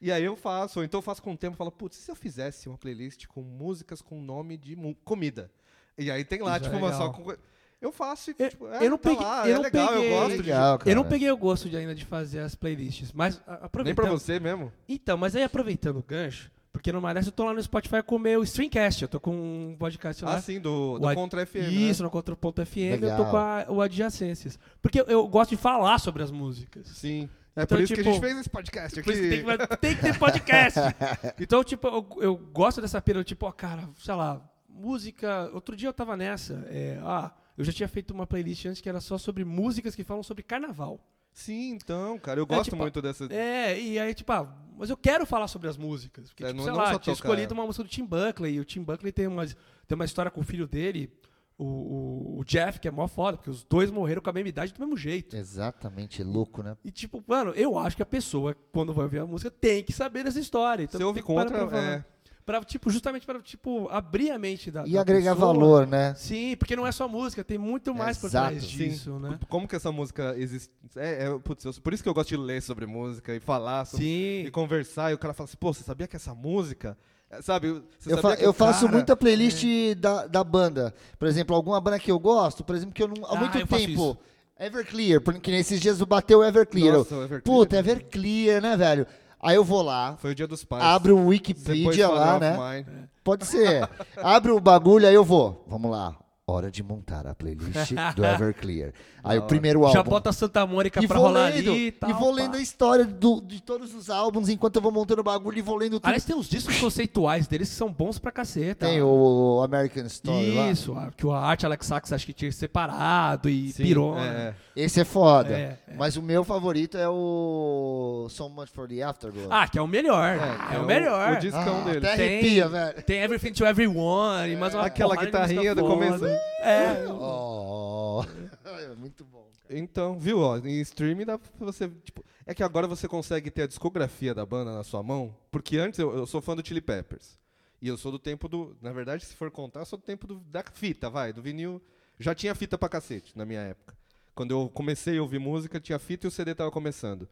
S3: E aí eu faço, ou então eu faço com o tempo e falo, putz, e se eu fizesse uma playlist com músicas com nome de mu- comida? E aí tem lá,
S2: Isso é
S3: tipo, uma só
S2: legal.
S3: com. co- Eu faço e,
S2: Eu-
S3: tipo,
S2: eu não
S3: tá
S2: peguei-
S3: lá,
S2: eu
S3: é
S2: não
S3: legal,
S2: peguei.
S3: eu gosto de.
S4: Legal, cara.
S2: Eu não peguei o gosto de ainda de fazer as playlists, mas a-
S3: Nem pra
S2: aproveitando.
S3: você mesmo.
S2: Então, mas aí aproveitando o gancho, porque no Marés eu tô lá no Spotify com o meu Streamcast, eu tô com um podcast lá.
S3: Ah, sim, do, do
S2: O ad-
S3: Contra né? FM.
S2: Isso, no Contra.fm, eu
S4: Legal.
S2: tô com a, o Adjacências. Porque eu, eu gosto de falar sobre as músicas.
S3: Né? Sim. É
S2: Então,
S3: por isso que a gente
S2: tipo,
S3: fez esse podcast aqui.
S2: Por isso tem, que, tem que ter podcast. Então, tipo, eu, eu gosto dessa pira, tipo, ó, cara, sei lá, música. Outro dia eu tava nessa. é, ah, eu já tinha feito uma playlist antes que era só sobre músicas que falam sobre carnaval.
S3: Sim, então, cara, eu gosto
S2: tipo,
S3: muito dessa.
S2: É, e aí, tipo, ah, mas eu quero falar sobre as músicas. Porque,
S3: É,
S2: tipo,
S3: não-
S2: sei
S3: não
S2: lá,
S3: só
S2: eu tinha
S3: tocar. é.
S2: escolhido uma música do Tim Buckley, e o Tim Buckley tem uma, tem uma história com o filho dele, o, o- o Jeff, que é mó foda, porque os dois morreram com a mesma idade do mesmo jeito.
S4: Exatamente, louco, né?
S2: E, tipo, mano, eu acho que a pessoa, quando vai ouvir a música, tem que saber dessa história. Então
S3: Você ouve
S2: tem que parar
S3: contra,
S2: pra falar.
S3: é.
S2: Pra, tipo, justamente para tipo, abrir a mente
S3: Tá
S2: da.
S4: E
S2: da
S4: agregar
S2: pessoa.
S4: valor, né?
S2: Sim, porque não é só música, tem muito mais por
S4: Exato.
S2: trás
S3: Sim.
S2: disso, né?
S3: Como que essa música existe? É, é, putz, eu- por isso que eu gosto de ler sobre música e falar sobre
S2: Sim.
S3: e conversar, e o cara fala assim, pô, você sabia que essa música. É, Sabe, você
S4: Eu,
S3: sabia
S4: fa-
S3: que
S4: eu
S3: o
S4: faço
S3: cara-
S4: muita playlist
S2: é.
S4: da, da banda. Por exemplo, alguma banda que eu gosto, por exemplo, que eu não.
S2: Ah,
S4: Há muito
S2: eu faço
S4: tempo.
S2: isso.
S4: Everclear, porque nesses dias eu bateu o Everclear.
S3: Nossa,
S4: Eu-
S3: o Everclear.
S4: Puta, é Everclear, né, velho? Aí eu vou lá,
S3: Foi o dia dos pais.
S4: abro o
S3: Depois
S4: Wikipedia
S3: Father
S4: lá,
S3: of
S4: um né?
S3: Mine.
S4: Pode ser. Abre o bagulho, aí eu vou. Vamos lá. Hora de montar a playlist do Everclear. Aí o primeiro álbum.
S2: Já bota a Santa Mônica
S4: e
S2: pra
S4: vou
S2: rolar
S4: lendo,
S2: ali e tal.
S4: e vou
S2: pá.
S4: lendo a história do- de todos os álbuns enquanto eu vou montando o bagulho e vou lendo tudo.
S2: Aliás, tem uns discos conceituais deles que são bons pra caceta.
S4: Tem o American Story lá.
S2: Isso, a- que o Art Alex Sachs acho que tinha separado e
S3: Sim,
S2: pirou.
S3: é,
S2: né?
S3: é.
S4: Esse é foda.
S2: É, é.
S4: Mas o meu favorito é o So Much for the Afterglow.
S2: Ah, que é o melhor. É, o melhor.
S3: O discão
S4: Ah,
S3: dele.
S4: até-
S2: tem,
S4: arrepia, velho.
S2: tem Everything to Everyone, mas uma
S3: Aquela
S2: porrada de música
S3: guitarrinha do
S2: foda.
S3: começo.
S2: É.
S4: Oh. É muito bom.
S3: Então, viu? Ó, em streaming dá pra você. Tipo, é que agora você consegue ter a discografia da banda na sua mão. Porque antes eu, eu sou fã do Chili Peppers. E eu sou do tempo do. Na verdade, se for contar, eu sou do tempo do- da fita, vai, do vinil. Já tinha fita pra cacete na minha época. Quando eu comecei a ouvir música, tinha fita e o CD tava começando.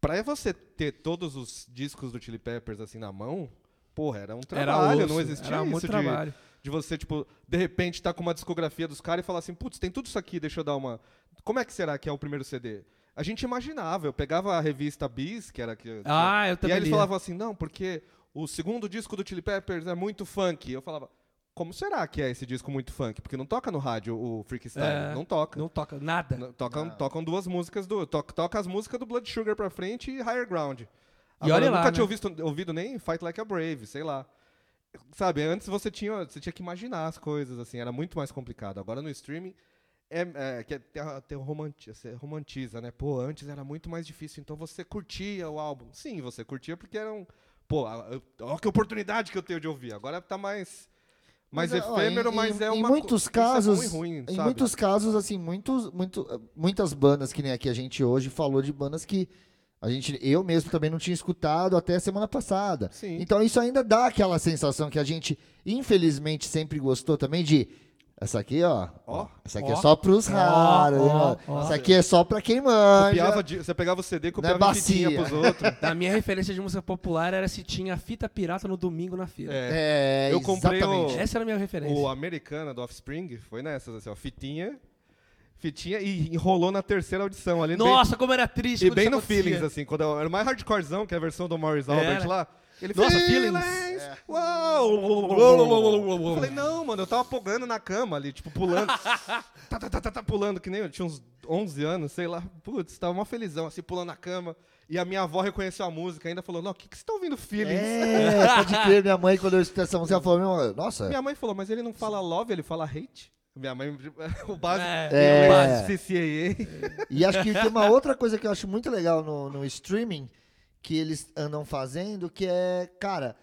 S3: Pra você ter todos os discos do Chili Peppers assim na mão, porra, era um trabalho,
S2: osso,
S3: não existia
S2: era
S3: isso
S2: muito
S3: de-
S2: trabalho.
S3: de você, tipo, de repente tá com uma discografia dos caras e falar assim, putz, tem tudo isso aqui, deixa eu dar uma. Como é que será que é o primeiro CD? A gente imaginava, eu pegava a revista Bis, que era que.
S2: Ah, eu
S3: E
S2: também
S3: aí eles
S2: lia.
S3: falavam assim, não, porque o segundo disco do Chili Peppers é muito funk. Eu falava, como será que é esse disco muito funk? Porque não toca no rádio o Freakstyle,
S2: É,
S3: não toca.
S2: Não toca nada.
S3: Não, tocam, tocam duas músicas do. to- toca as músicas do Blood Sugar pra frente e Higher Ground. Agora,
S2: olha
S3: eu
S2: lá,
S3: nunca tinha
S2: né?
S3: ouvido, ouvido nem Fight Like a Brave, sei lá. Sabe, antes você tinha, você tinha que imaginar as coisas, assim, era muito mais complicado. Agora no streaming é, é, que até, até romanti- você romantiza, né? Pô, antes era muito mais difícil, então você curtia o álbum. Sim, você curtia porque era um. Pô, olha que oportunidade que eu tenho de ouvir. Agora tá mais. Mais
S4: ó,
S3: efêmero,
S4: em-
S3: mas
S4: em-
S3: é uma
S4: Em
S3: co-
S4: muitos
S3: isso é bom e
S4: casos,
S3: ruim,
S4: em
S3: sabe?
S4: muitos casos, assim, muitos, muito, eh, muitas bandas que nem aqui a gente hoje falou de bandas que a gente, eu mesmo também não tinha escutado até a semana passada.
S3: Sim.
S4: Então isso ainda dá aquela sensação que a gente, infelizmente, sempre gostou também de essa aqui, ó.
S3: Ó.
S4: essa aqui é
S2: Ó.
S4: só pros
S2: Ó,
S4: raros.
S2: ó,
S4: né?
S2: ó.
S4: Essa aqui é só pra quem manja.
S3: Copiava di- você pegava o CD e copiava
S4: Não é
S3: a fitinha
S4: bacia.
S3: pros outros.
S2: A minha referência de música popular era se tinha fita pirata no domingo na fila.
S3: É.
S4: É,
S3: Eu comprei o-
S4: exatamente.
S2: Essa era a minha referência.
S3: O Americana do Offspring foi nessas, assim, ó, fitinha, fitinha e enrolou na terceira audição ali.
S2: Nossa, como era triste
S3: bem, e
S2: quando
S3: bem
S2: isso
S3: no
S2: acontecia.
S3: Feelings, assim, quando eu- era o mais hardcorezão, que é a versão do Maurice
S2: Era.
S3: Albert lá. Ele
S2: Nossa,
S3: Feelings!
S4: É.
S3: Uau! Eu falei, não, mano, eu tava pogando na cama ali, tipo, pulando. tá, tá, tá, tá, tá, pulando, que nem eu tinha uns 11 anos, sei lá. Putz, tava mó felizão, assim, pulando na cama. E a minha avó reconheceu a música ainda falou, não, o que, que você tá ouvindo Feelings?
S4: É, pode crer, minha mãe, quando eu escutei essa música, ela falou, "Meu, nossa,
S3: Minha mãe falou, mas ele não fala love, ele fala hate. Minha mãe, o básico,
S4: É.
S3: o básico CCAA.
S4: E acho que tem uma outra coisa que eu acho muito legal no, no streaming que eles andam fazendo, que é, cara,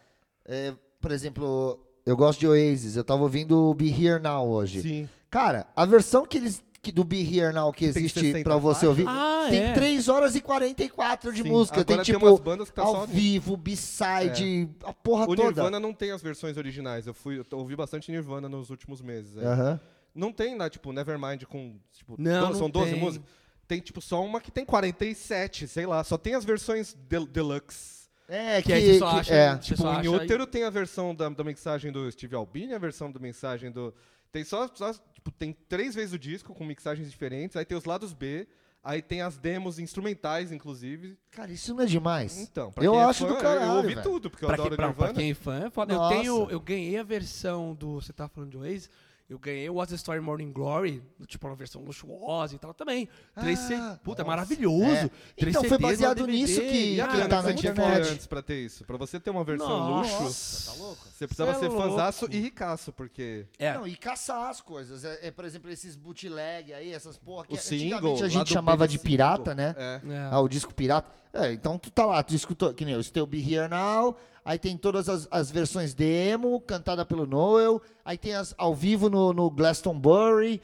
S4: é, por exemplo, eu gosto de Oasis, eu tava ouvindo o Be Here Now hoje.
S3: Sim.
S4: Cara, a versão que eles que do Be Here Now que
S3: Tem
S4: existe
S3: 60
S4: pra você ouvir,
S2: Ah,
S4: tem
S2: é.
S4: 3 horas e 44 de
S3: Sim,
S4: música, tem
S3: agora tem
S4: tipo
S3: umas bandas que tá
S4: ao
S3: só nisso.
S4: vivo, B-side, a porra
S3: O
S4: toda.
S3: Nirvana não tem as versões originais. Eu, fui, eu ouvi bastante Nirvana nos últimos meses. é.
S4: Aham.
S3: Não tem lá, tipo, Nevermind com. Tipo,
S2: Não,
S3: do-
S2: não
S3: são 12
S2: tem.
S3: músicas. Tem, tipo, só uma que tem 47, sei lá. Só tem as versões del- deluxe.
S4: É, que,
S2: Que aí você só
S4: que-
S2: acha-
S4: é.
S2: Você
S3: Tipo,
S2: só
S3: em
S2: acha-
S3: útero tem a versão da, da mensagem do Steve Albini, a versão da mensagem do. Tem só. só, tipo, tem três vezes o disco com mixagens diferentes. Aí tem os lados B. Aí tem as demos instrumentais, inclusive.
S4: Cara, isso não é demais.
S3: Então, pra
S4: eu
S3: quem é
S4: acho
S3: fã,
S4: do
S3: eu-
S4: caralho,
S3: Eu ouvi
S4: velho.
S3: tudo, porque eu
S2: Pra,
S3: adoro
S2: quem, pra, pra
S3: Nirvana.
S2: quem é fã, é foda. Eu,
S4: Nossa.
S2: tenho, eu ganhei a versão do. Você tá falando de Waze? Eu ganhei o What's the Story Morning Glory, tipo, uma versão luxuosa e tal também. Três C-
S4: Ah,
S2: Puta,
S4: nossa.
S2: maravilhoso.
S4: É.
S2: Três
S4: Então, foi
S2: CDs,
S4: baseado
S2: um
S4: nisso
S2: DVD,
S4: que-
S3: E a
S4: que
S2: cara, é
S3: grana
S4: tá
S3: que
S4: na
S3: você tinha que
S4: internet.
S3: ter antes pra ter isso? Pra você ter uma versão
S2: Nossa.
S3: luxo,
S4: Tá louco?
S3: você precisava
S2: Cê é
S3: ser
S2: louco.
S3: fanzaço e ricaço, porque...
S2: É.
S4: Não, e caçar as coisas. É, é, por exemplo, esses bootleg aí, essas porra que
S3: O
S4: antigamente
S3: single,
S4: a
S3: lá
S4: gente
S3: do
S4: chamava
S3: Pedro
S4: de
S3: Single.
S4: pirata, né?
S3: É.
S2: É.
S4: Ah, o disco pirata. É, então tu tá lá, tu escutou, que nem eu, escutei o Be Here Now, aí tem todas as, as versões demo, cantada pelo Noel, aí tem as ao vivo no, no Glastonbury.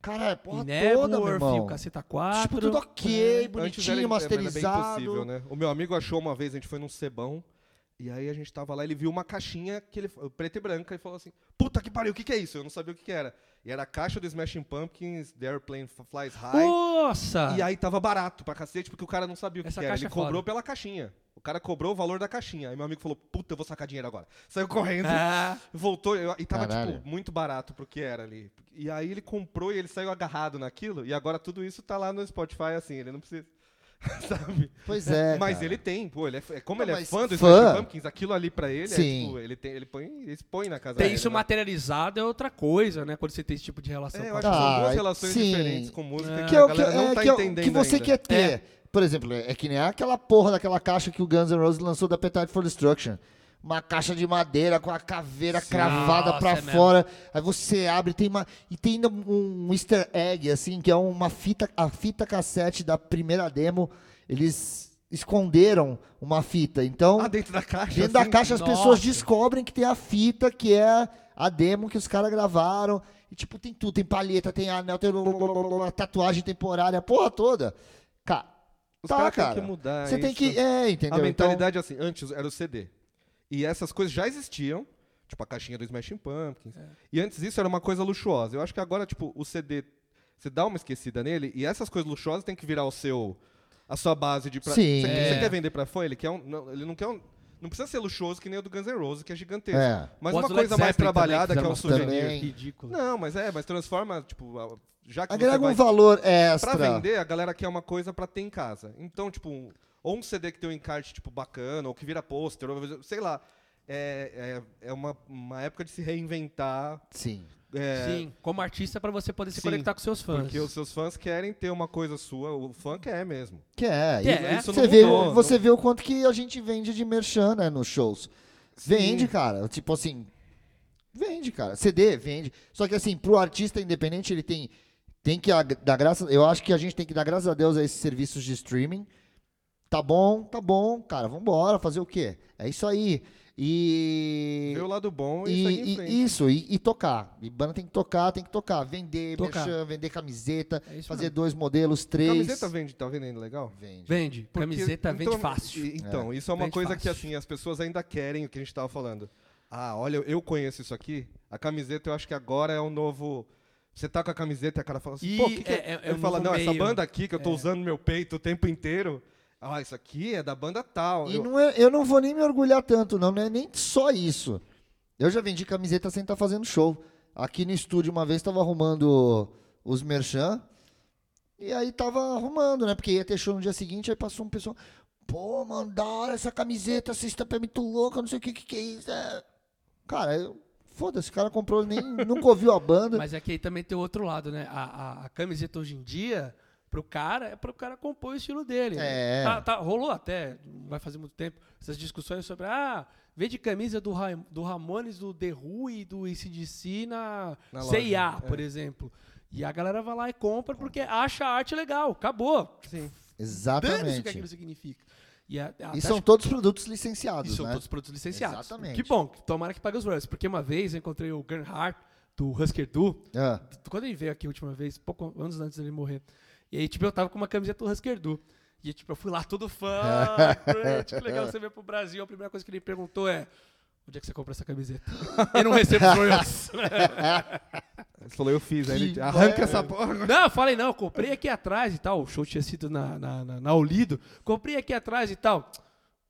S4: Cara, é porra
S2: E
S4: toda, meu
S2: Nebworth, e o
S4: irmão.
S2: Caceta 4.
S4: Tipo, tudo ok,
S3: Antes era- é,
S4: bonitinho,
S3: mas era bem
S4: masterizado.
S3: impossível, né? O meu amigo achou uma vez, a gente foi num cebão, e aí a gente tava lá, ele viu uma caixinha que ele, preta e branca, e falou assim, puta que pariu, o que que é isso? Eu não sabia o que que era. E era a caixa do Smashing Pumpkins, The Airplane Flies High,
S2: Nossa!
S3: E aí tava barato pra cacete, porque o cara não sabia o que,
S2: Essa
S3: que era.
S2: caixa
S3: Ele
S2: é foda.
S3: cobrou pela caixinha. O cara cobrou o valor da caixinha. Aí meu amigo falou, puta, eu vou sacar dinheiro agora. Saiu correndo,
S2: Ah.
S3: voltou eu- e tava,
S4: Caralho.
S3: tipo, muito barato pro que era ali. E aí ele comprou e ele saiu agarrado naquilo. E agora tudo isso tá lá no Spotify, assim, ele não precisa... Sabe?
S4: Pois é.
S3: mas
S4: cara.
S3: ele tem, pô, ele é, f- é- como
S4: Não,
S3: ele é
S4: mas
S3: fã do
S4: fã-
S3: Smashing Pumpkins, aquilo ali pra ele
S4: Sim.
S3: é tipo, ele, tem, ele põe, expõe na casa
S2: Ter
S3: dele,
S2: isso
S3: né?
S2: materializado é outra coisa, né? Quando você tem esse tipo de relação
S3: É,
S2: com
S3: eu
S2: a
S3: acho que
S4: Ah,
S3: são duas relações
S4: sim.
S3: diferentes com música
S4: que
S3: que
S4: é
S3: a
S4: o que,
S3: galera não
S4: é,
S3: tá
S4: que, é o-
S3: entendendo
S4: que você
S3: ainda.
S4: quer ter. Por exemplo, é que nem aquela porra daquela caixa que o Guns N' Roses lançou da Appetite for Destruction. Uma caixa de madeira com a caveira cravada
S2: Nossa,
S4: pra
S2: é mesmo.
S4: fora. Aí você abre, tem uma e tem ainda um easter egg assim, que é uma fita, a fita cassete da primeira demo, eles esconderam uma fita. Então,
S3: Ah, dentro da caixa?
S4: Dentro da
S3: assim?
S4: caixa as
S2: nossa.
S4: pessoas descobrem que tem a fita, que é a demo que os caras gravaram. E tipo, tem tudo, tem palheta, tem anel, tem tatuagem temporária, a porra toda. Cara,
S3: Os
S4: tá,
S3: caras têm que
S4: cara.
S3: mudar
S4: Você tem
S3: isso. né?
S4: que. É, entendeu?
S3: A mentalidade é assim, antes era o CD. E essas coisas já existiam. Tipo a caixinha do Smashing Pumpkins.
S2: É.
S3: E antes disso era uma coisa luxuosa. Eu acho que agora, tipo, o CD, você dá uma esquecida nele e essas coisas luxuosas tem que virar o seu a sua base de pra...
S4: Sim.
S3: Você,
S2: É.
S3: você quer vender pra fã, ele quer um, não, ele não quer um não precisa ser luxuoso que nem o do Guns N' Roses, que é gigantesco.
S4: É.
S3: Mas
S2: Bota
S3: uma
S2: o Led
S3: coisa mais
S2: Zeppelin também,
S3: trabalhada, que é um
S2: fizeram
S3: souvenir.
S2: uma
S4: Também.
S2: que Ridículo.
S3: Não, mas é, mas transforma, tipo, a- já que você
S4: Agrega
S3: vai
S4: um valor
S3: Pra
S4: extra.
S3: vender, a galera quer uma coisa pra ter em casa. Então, tipo, um- ou um CD que tem um encarte, tipo, bacana, ou que vira pôster, ou sei lá. É, é, é uma, uma época de se reinventar.
S4: Sim.
S3: é,
S2: Sim, como artista pra você poder se
S3: Sim,
S2: conectar com seus fãs.
S3: Porque os seus fãs querem ter uma coisa sua, o fã quer mesmo.
S4: Que é.
S2: Que
S4: e
S2: é.
S3: Isso
S4: Você,
S3: não
S4: vê,
S3: mudou, não-
S4: você vê o quanto que a gente vende de merchan, né, nos shows. Vende, cara. Tipo assim, vende, cara. CD, vende. Só que assim, pro artista independente, ele tem, tem que ag- dar graça. Eu acho que a gente tem que dar graças a Deus a esses serviços de streaming. Tá bom, tá bom, cara. Vambora, fazer o quê? É isso aí. E.
S3: Vê o lado bom e,
S4: E,
S3: segue em
S4: e-
S3: frente.
S4: isso, e, e tocar. E banda tem que tocar, tem que tocar. Vender,
S2: Tocar.
S4: merchan, vender camiseta,
S2: É isso
S4: fazer dois modelos, três.
S3: Camiseta vende, tá vendendo legal?
S4: Vende.
S2: Vende.
S3: Porque-
S2: Camiseta
S3: então-
S2: vende fácil.
S3: e- Então, isso é uma
S2: Vende
S3: coisa que
S2: fácil.
S3: assim, as pessoas ainda querem o que a gente tava falando. Ah, olha, eu conheço isso aqui. A camiseta eu acho que agora é o novo. Você tá com a camiseta e a cara fala assim,
S2: E
S3: pô, o que, que
S2: é- é-
S3: é?
S2: é
S3: eu
S2: um
S3: falo,
S2: novo
S3: não, essa
S2: meio. É.
S3: banda aqui que eu tô usando no meu peito o tempo inteiro. Ah, isso aqui é da banda tal.
S4: E
S3: Eu-
S4: não é- eu não vou nem me orgulhar tanto, não, não é nem só isso. Eu já vendi camiseta sem estar fazendo show. Aqui no estúdio, uma vez, tava arrumando os merchan. E aí tava arrumando, né? Porque ia ter show no dia seguinte, aí passou um pessoal. Pô, mano, da hora essa camiseta, essa estampa é muito louca, não sei o que, que, que é isso. é." Cara, eu- foda-se, o cara comprou, nem, nunca ouviu a banda.
S2: Mas é que aí também tem o outro lado, né? A, a- a camiseta hoje em dia, pro cara, é pro cara compor o estilo dele. né?
S4: É.
S2: Tá, tá- rolou até, não vai fazer muito tempo, essas discussões sobre, ah, vende camisa do, Ra- do Ramones, do The Who e do ICDC na,
S3: Na loja,
S2: C&A,
S4: é.
S2: por exemplo. E a galera vai lá e compra porque acha a arte legal. Acabou. Sim. Dane-se o que Ah, aquilo
S4: Exatamente.
S2: significa. E, a, até
S4: E
S2: acho
S4: são todos produtos licenciados,
S2: tá e são
S4: né?
S2: todos produtos licenciados.
S4: Exatamente.
S2: Que bom, que tomara que pague os royalties. Porque uma vez eu encontrei o Gernhardt, do Husker Du,
S4: Ah,
S2: quando ele veio aqui a última vez, pouco anos antes dele morrer. E aí, tipo, eu tava com uma camiseta do Husker Du. E, tipo, eu fui lá todo fã. "Grant, que legal você veio pro Brasil. A primeira coisa que ele perguntou é, onde é que você compra essa camiseta? Eu não recebo os royalties.
S3: Ele falou, eu fiz. Aí ele
S4: Que
S3: arranca
S4: merda.
S3: essa porra.
S2: Não, eu falei, não, eu comprei aqui atrás e tal. O show tinha sido na, na, na, na Olido. Comprei aqui atrás e tal.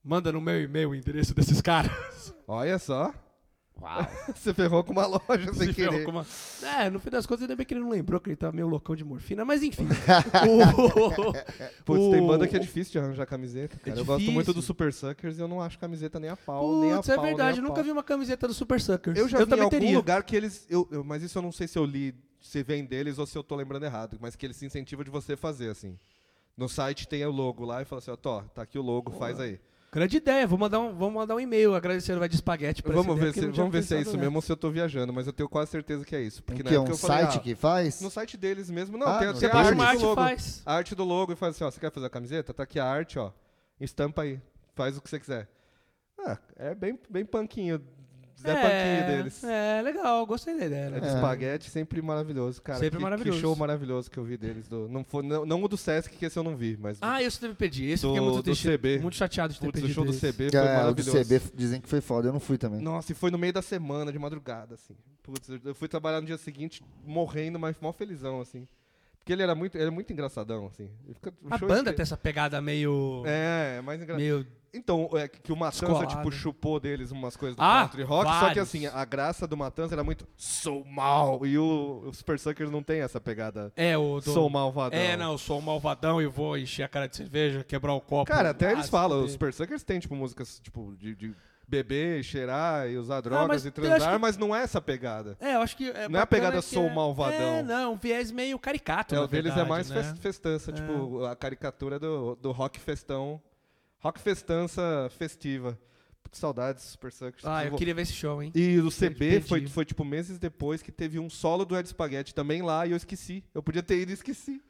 S2: Manda no meu e-mail o endereço desses caras.
S3: Olha só. Você ferrou com uma loja sem
S2: Se ferrou
S3: querer.
S2: com uma- É, no fim das contas, ainda bem que ele não lembrou que ele tava meio loucão de morfina, mas enfim. O-
S3: Putz, tem banda que é
S2: o- É
S3: difícil de arranjar camiseta, cara. eu gosto
S2: difícil.
S3: muito do Super Suckers e eu não acho camiseta nem a pau, nem a
S2: Putz,
S3: pau,
S2: é verdade,
S3: nem
S2: eu
S3: a
S2: nunca
S3: pau.
S2: vi uma camiseta do Super Suckers.
S3: Eu já vi em
S2: também
S3: algum
S2: teria.
S3: lugar que eles. Eu, eu- mas isso eu não sei se eu li, se vem deles ou se eu tô lembrando errado, mas que eles se incentivam de você fazer, assim. No site tem o logo lá e fala assim, ó, Tó, tá aqui o logo, faz aí.
S2: Grande ideia, vou mandar um, vamos mandar um e-mail agradecendo vai de espaguete pra
S3: Vamos
S2: essa
S3: ver,
S2: ideia, porque
S3: se,
S2: eu não tinha
S3: vamos ver se é
S2: pensado
S3: isso
S2: nessa.
S3: mesmo ou se eu tô viajando, mas eu tenho quase certeza que é isso. Porque na
S4: que é
S3: época
S4: um
S3: eu falei,
S4: site
S3: ah,
S4: que faz?
S3: No site deles mesmo, não,
S4: Ah,
S3: tem,
S4: no
S3: tem
S4: site
S3: a
S2: Baixa
S3: arte
S2: uma arte
S3: do
S4: deles.
S2: e
S3: logo.
S2: faz.
S3: A arte do logo e fala assim, ó, você quer fazer a camiseta? Tá aqui a arte, ó. Estampa aí, faz o que você quiser. Ah, é bem, bem panquinho, Zé Panquinho deles.
S2: É, legal, gostei da ideia.
S3: É de
S2: Né?
S3: espaguete, sempre maravilhoso, cara.
S2: Sempre
S3: Que-
S2: maravilhoso.
S3: Que show maravilhoso que eu vi deles. do- não, foi, não, não o do Sesc, que esse eu não vi, mas do-
S2: Ah, esse eu perdi. Esse eu
S3: Do-
S2: fiquei muito
S3: do
S2: triste,
S3: CB.
S2: muito chateado de ter
S3: putz, o
S2: perdido
S3: show do
S2: esse.
S3: CB foi
S4: É, o do
S3: maravilhoso.
S4: CB dizem que foi foda, eu não fui também.
S3: Nossa, e foi no meio da semana, de madrugada, assim. Putz, eu- eu fui trabalhar no dia seguinte morrendo, mas mó felizão, assim. Porque ele era muito, ele é muito engraçadão, assim. Ele fica- o
S2: A
S3: show
S2: banda
S3: inteiro-
S2: tem essa pegada meio...
S3: É, é mais engraçado.
S2: meio
S3: Então, é que que o Matanza,
S2: Descolado.
S3: tipo, chupou deles umas coisas do
S2: Ah,
S3: country rock, só que
S2: vários.
S3: assim, a graça do Matanza era muito sou mal. E o, o Super Suckers não tem essa pegada.
S2: É, o do...
S3: Sou malvadão.
S2: É, não, eu sou um malvadão e vou encher a cara de cerveja, quebrar o copo.
S3: Cara, até
S2: Ah,
S3: eles
S2: se
S3: falam, os
S2: fuder.
S3: Super Suckers têm, tipo, músicas, tipo, de, de beber, cheirar e usar drogas
S2: Ah, mas
S3: e
S2: eu acho
S3: transar,
S2: que-
S3: mas não é essa pegada.
S2: É, eu acho que.
S3: Não é a
S2: bacana
S3: pegada
S2: que
S3: sou
S2: é-
S3: malvadão.
S2: É, não, um viés meio caricato.
S3: É,
S2: na
S3: o deles é
S2: verdade,
S3: mais
S2: né?
S3: fest- festança, tipo, a caricatura do, do rock festão. Rock festança festiva. Putz, Saudades, Super Suckers.
S2: Ah, eu
S3: Vou-
S2: queria ver esse show, hein?
S3: Tipo, E
S2: perdi.
S3: o CB foi, foi, tipo, meses depois que teve um solo do Ed Spaghetti também lá e eu esqueci. Eu podia ter ido e esqueci.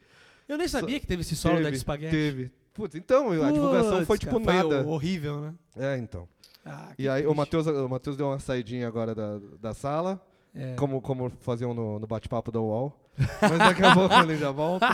S2: Eu nem sabia que teve esse solo da
S3: teve,
S2: Espaguete.
S3: Teve. Putz, então, a divulgação foi, tipo, nada.
S2: horrível, né?
S3: É, então.
S2: Ah, que
S3: E aí, o
S2: triste.
S3: Matheus, o Matheus deu uma saidinha agora da, da sala,
S2: É.
S3: como, como faziam no, no bate-papo da UOL. Mas daqui a pouco ele já volta.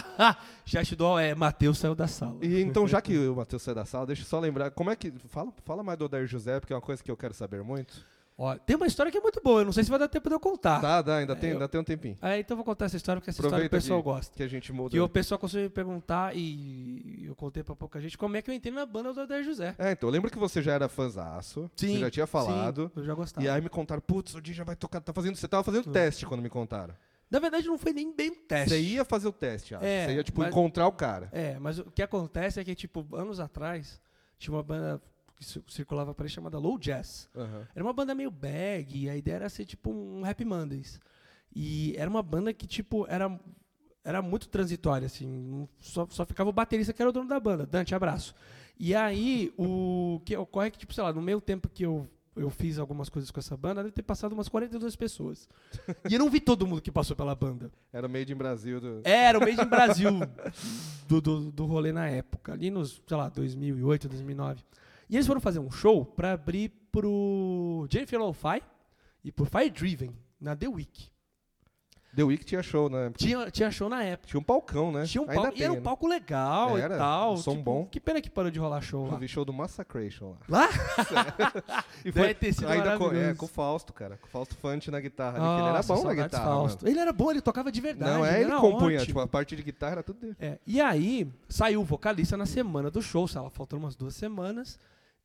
S2: Já estudou, é, Matheus saiu da sala.
S3: E então, já que o Matheus saiu da sala, deixa eu só lembrar. Como é que. Fala, fala mais do Odair José, porque é uma coisa que eu quero saber muito.
S2: Ó, tem uma história que é muito boa, eu não sei se vai dar tempo de eu contar.
S3: Dá, dá, ainda, tem,
S2: Ah, eu-
S3: ainda tem um tempinho.
S2: É, então eu vou contar essa história, porque essa
S3: Aproveita
S2: história o pessoal
S3: que,
S2: gosta.
S3: que a gente muda.
S2: Que o pessoal conseguiu me perguntar, e eu contei pra pouca gente, como é que eu entrei na banda do Adair José.
S3: É, então, eu lembro que você já era fãzaço, você já tinha falado.
S2: sim, Tá. eu já gostava.
S3: E aí me contaram, putz, o Di já vai tocar, tá fazendo, você tava fazendo teste quando me contaram.
S2: Na verdade, não foi nem bem um Hum. teste.
S3: Você ia fazer o teste, acho.
S2: É,
S3: você ia, tipo,
S2: mas-
S3: encontrar o cara.
S2: É, mas o que acontece é que, tipo, anos atrás, tinha uma banda que ci- circulava por aí chamada Low Jazz.
S3: Aham.
S2: Era uma banda meio bag, e a ideia era ser tipo um Happy Mondays. E era uma banda que, tipo, era, era muito transitória, assim. não- Só, só ficava o baterista que era o dono da banda. Dante, abraço. E aí, o que ocorre é que, tipo, sei lá, no meio tempo que eu, eu fiz algumas coisas com essa banda, deve ter passado umas 42 pessoas. E eu não vi todo mundo que passou pela banda.
S3: Era o Made in Brasil. Do...
S2: Era o Made in Brasil do, do, do rolê na época, ali nos, sei lá, 2008, 2009. E eles foram fazer um show pra abrir pro Jennifer Lo-Fi e pro Fire Driven, na The Week.
S3: The Week tinha show, né?
S2: Tinha, tinha show na época.
S3: Tinha um palcão, né?
S2: Tinha um
S3: Ainda
S2: palco, e
S3: tem,
S2: era
S3: né?
S2: um palco legal
S3: Era,
S2: e
S3: um
S2: tal. Tipo,
S3: som bom.
S2: Que pena que parou de rolar show
S3: Eu
S2: lá.
S3: vi show do Massacration lá.
S2: Lá?
S3: E
S2: Deve ter sido
S3: ainda com, é,
S2: maravilhoso.
S3: com o Fausto, cara. Com o Fausto Fante na guitarra. né? Que ele era
S2: Nossa,
S3: bom na
S2: saudades
S3: guitarra.
S2: Fausto. Ele era bom, ele tocava de
S3: mano.
S2: verdade.
S3: Não, é, ele
S2: era
S3: compunha.
S2: ótimo.
S3: Tipo, a parte de guitarra era tudo dele.
S2: É, e aí, saiu o vocalista na semana do show, sei lá, faltou umas duas semanas.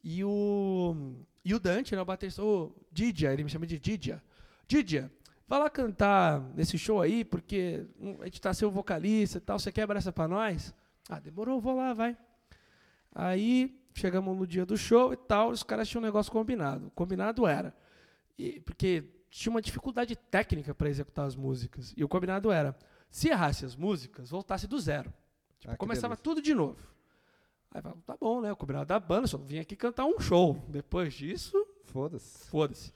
S2: E o, e o Dante, né, o baterista, o Didia, ele me chama de Didia. Didia, vai lá cantar nesse show aí, porque hum, a gente tá sem o vocalista e tal, você quebra essa pra nós? Ah, demorou, vou lá, vai. Aí, chegamos no dia do show e tal, os caras tinham um negócio combinado. O combinado era, e- porque tinha uma dificuldade técnica para executar as músicas. E o combinado era, se errasse as músicas, voltasse do zero. Tipo,
S3: Ah, que
S2: começava
S3: delícia.
S2: tudo de novo. Aí eu falava, tá bom, né? O combinado da banda, só vim aqui cantar um show. Depois disso,
S3: Foda-se.
S2: foda-se.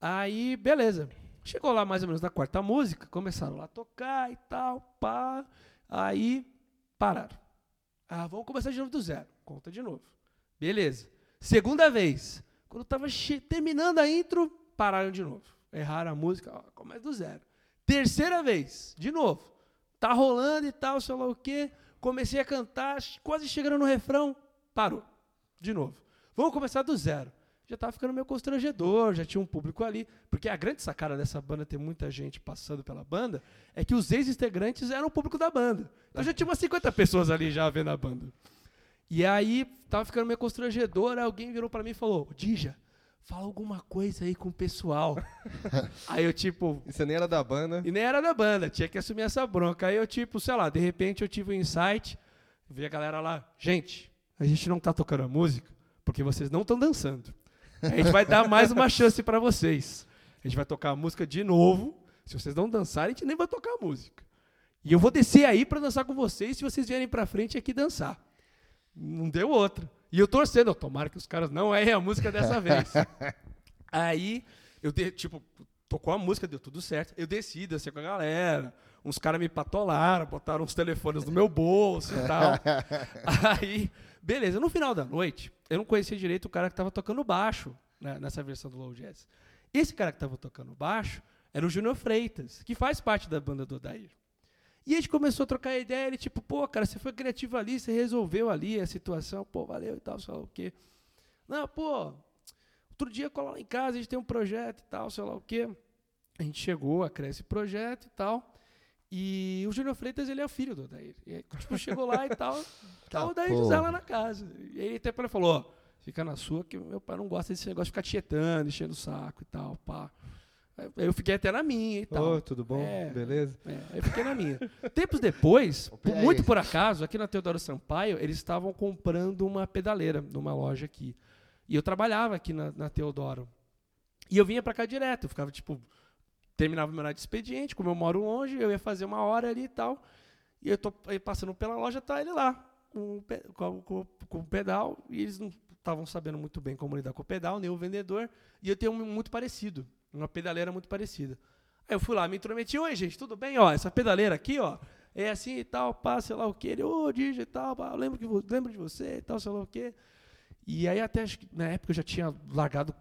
S2: Aí, beleza. Chegou lá mais ou menos na quarta música, começaram lá a tocar e tal, pá. Aí, pararam. Ah, vamos começar de novo do zero. Conta de novo. Beleza. Segunda vez. Quando eu tava che- terminando a intro, pararam de novo. Erraram a música, ó, começa do zero. Terceira vez, de novo. Tá rolando e tal, sei lá o quê. Comecei a cantar, ch- quase chegando no refrão, parou. De novo. Vamos começar do zero. Já tava ficando meio constrangedor, já tinha um público ali. Porque a grande sacada dessa banda ter muita gente passando pela banda é que os ex-integrantes eram o público da banda. Então já tinha umas 50 pessoas ali já vendo a banda. E aí, tava ficando meio constrangedor, aí alguém virou pra mim e falou, Dija, fala alguma coisa aí com o pessoal. aí eu, tipo,
S3: E você nem era é da banda.
S2: e nem era da banda, tinha que assumir essa bronca. Aí eu, tipo, sei lá, de repente eu tive um insight, vi a galera lá, gente, a gente não tá tocando a música porque vocês não estão dançando. A gente vai dar mais uma chance pra vocês. A gente vai tocar a música de novo. Se vocês não dançarem, a gente nem vai tocar a música. E eu vou descer aí pra dançar com vocês se vocês vierem pra frente aqui dançar. Não deu outra. E eu torcendo, ó, tomara que os caras não errem a música dessa vez. Aí eu de, tipo, tocou a música, deu tudo certo. Eu desci, desci com a galera. Uns caras me patolaram, botaram uns telefones no meu bolso e tal. Aí, beleza, no final da noite, eu não conhecia direito o cara que tava tocando baixo né, nessa versão do Low Jazz. Esse cara que tava tocando baixo era o Júnior Freitas, que faz parte da banda do Odair. E a gente começou a trocar ideia, ele tipo, pô, cara, você foi criativo ali, você resolveu ali a situação, pô, valeu e tal, sei lá o quê. Não, pô, Outro dia cola lá em casa, a gente tem um projeto e tal, sei lá o quê. A gente chegou a criar esse projeto e tal. E o Júnior Freitas, ele é o filho do Odair. E aí, tipo, chegou lá e tal, tá o Odair
S4: porra.
S2: José lá na casa. E aí até ele falou, ó, fica na sua que meu pai não gosta desse negócio de ficar tietando, enchendo o saco e tal, pá. Aí eu fiquei até na minha e
S3: Ô,
S2: tal.
S3: tudo bom?
S2: É.
S3: Beleza?
S2: É, aí eu fiquei na minha. Tempos depois, por-
S4: peraí.
S2: muito por acaso, aqui na Teodoro Sampaio, eles estavam comprando uma pedaleira numa loja aqui. E eu trabalhava aqui na, na Teodoro. E eu vinha pra cá direto. Eu ficava, tipo, terminava o meu horário de expediente, como eu moro longe, eu ia fazer uma hora ali e tal. E eu tô aí passando pela loja, tá ele lá, com, o pe- com, a- com, o- com o pedal. E eles não estavam sabendo muito bem como lidar com o pedal, nem o vendedor. E eu tenho um muito parecido, uma pedaleira muito parecida. Aí eu fui lá, me intrometi, oi gente, tudo bem? Ó, essa pedaleira aqui, ó, é assim e tal, pá, sei lá o que, ele, ô, DJ e tal, pá, eu lembro, que, vo- lembro de você e tal, sei lá o que. E aí até, acho que na época eu já tinha largado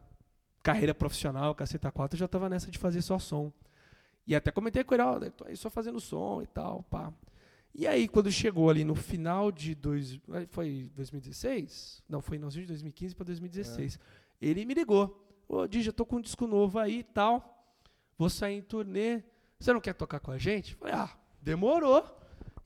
S2: carreira profissional, caceta 4, eu já tava nessa de fazer só som. E até comentei com ele, ó, eu tô aí só fazendo som e tal, pá. E aí, quando chegou ali no final de dois, aí foi 2016? Não, foi finalzinho de 2015 para 2016. Ele me ligou. Ô, Dija, tô com um disco novo aí e tal. Vou sair em turnê. Você não quer tocar com a gente? Falei, ah, demorou.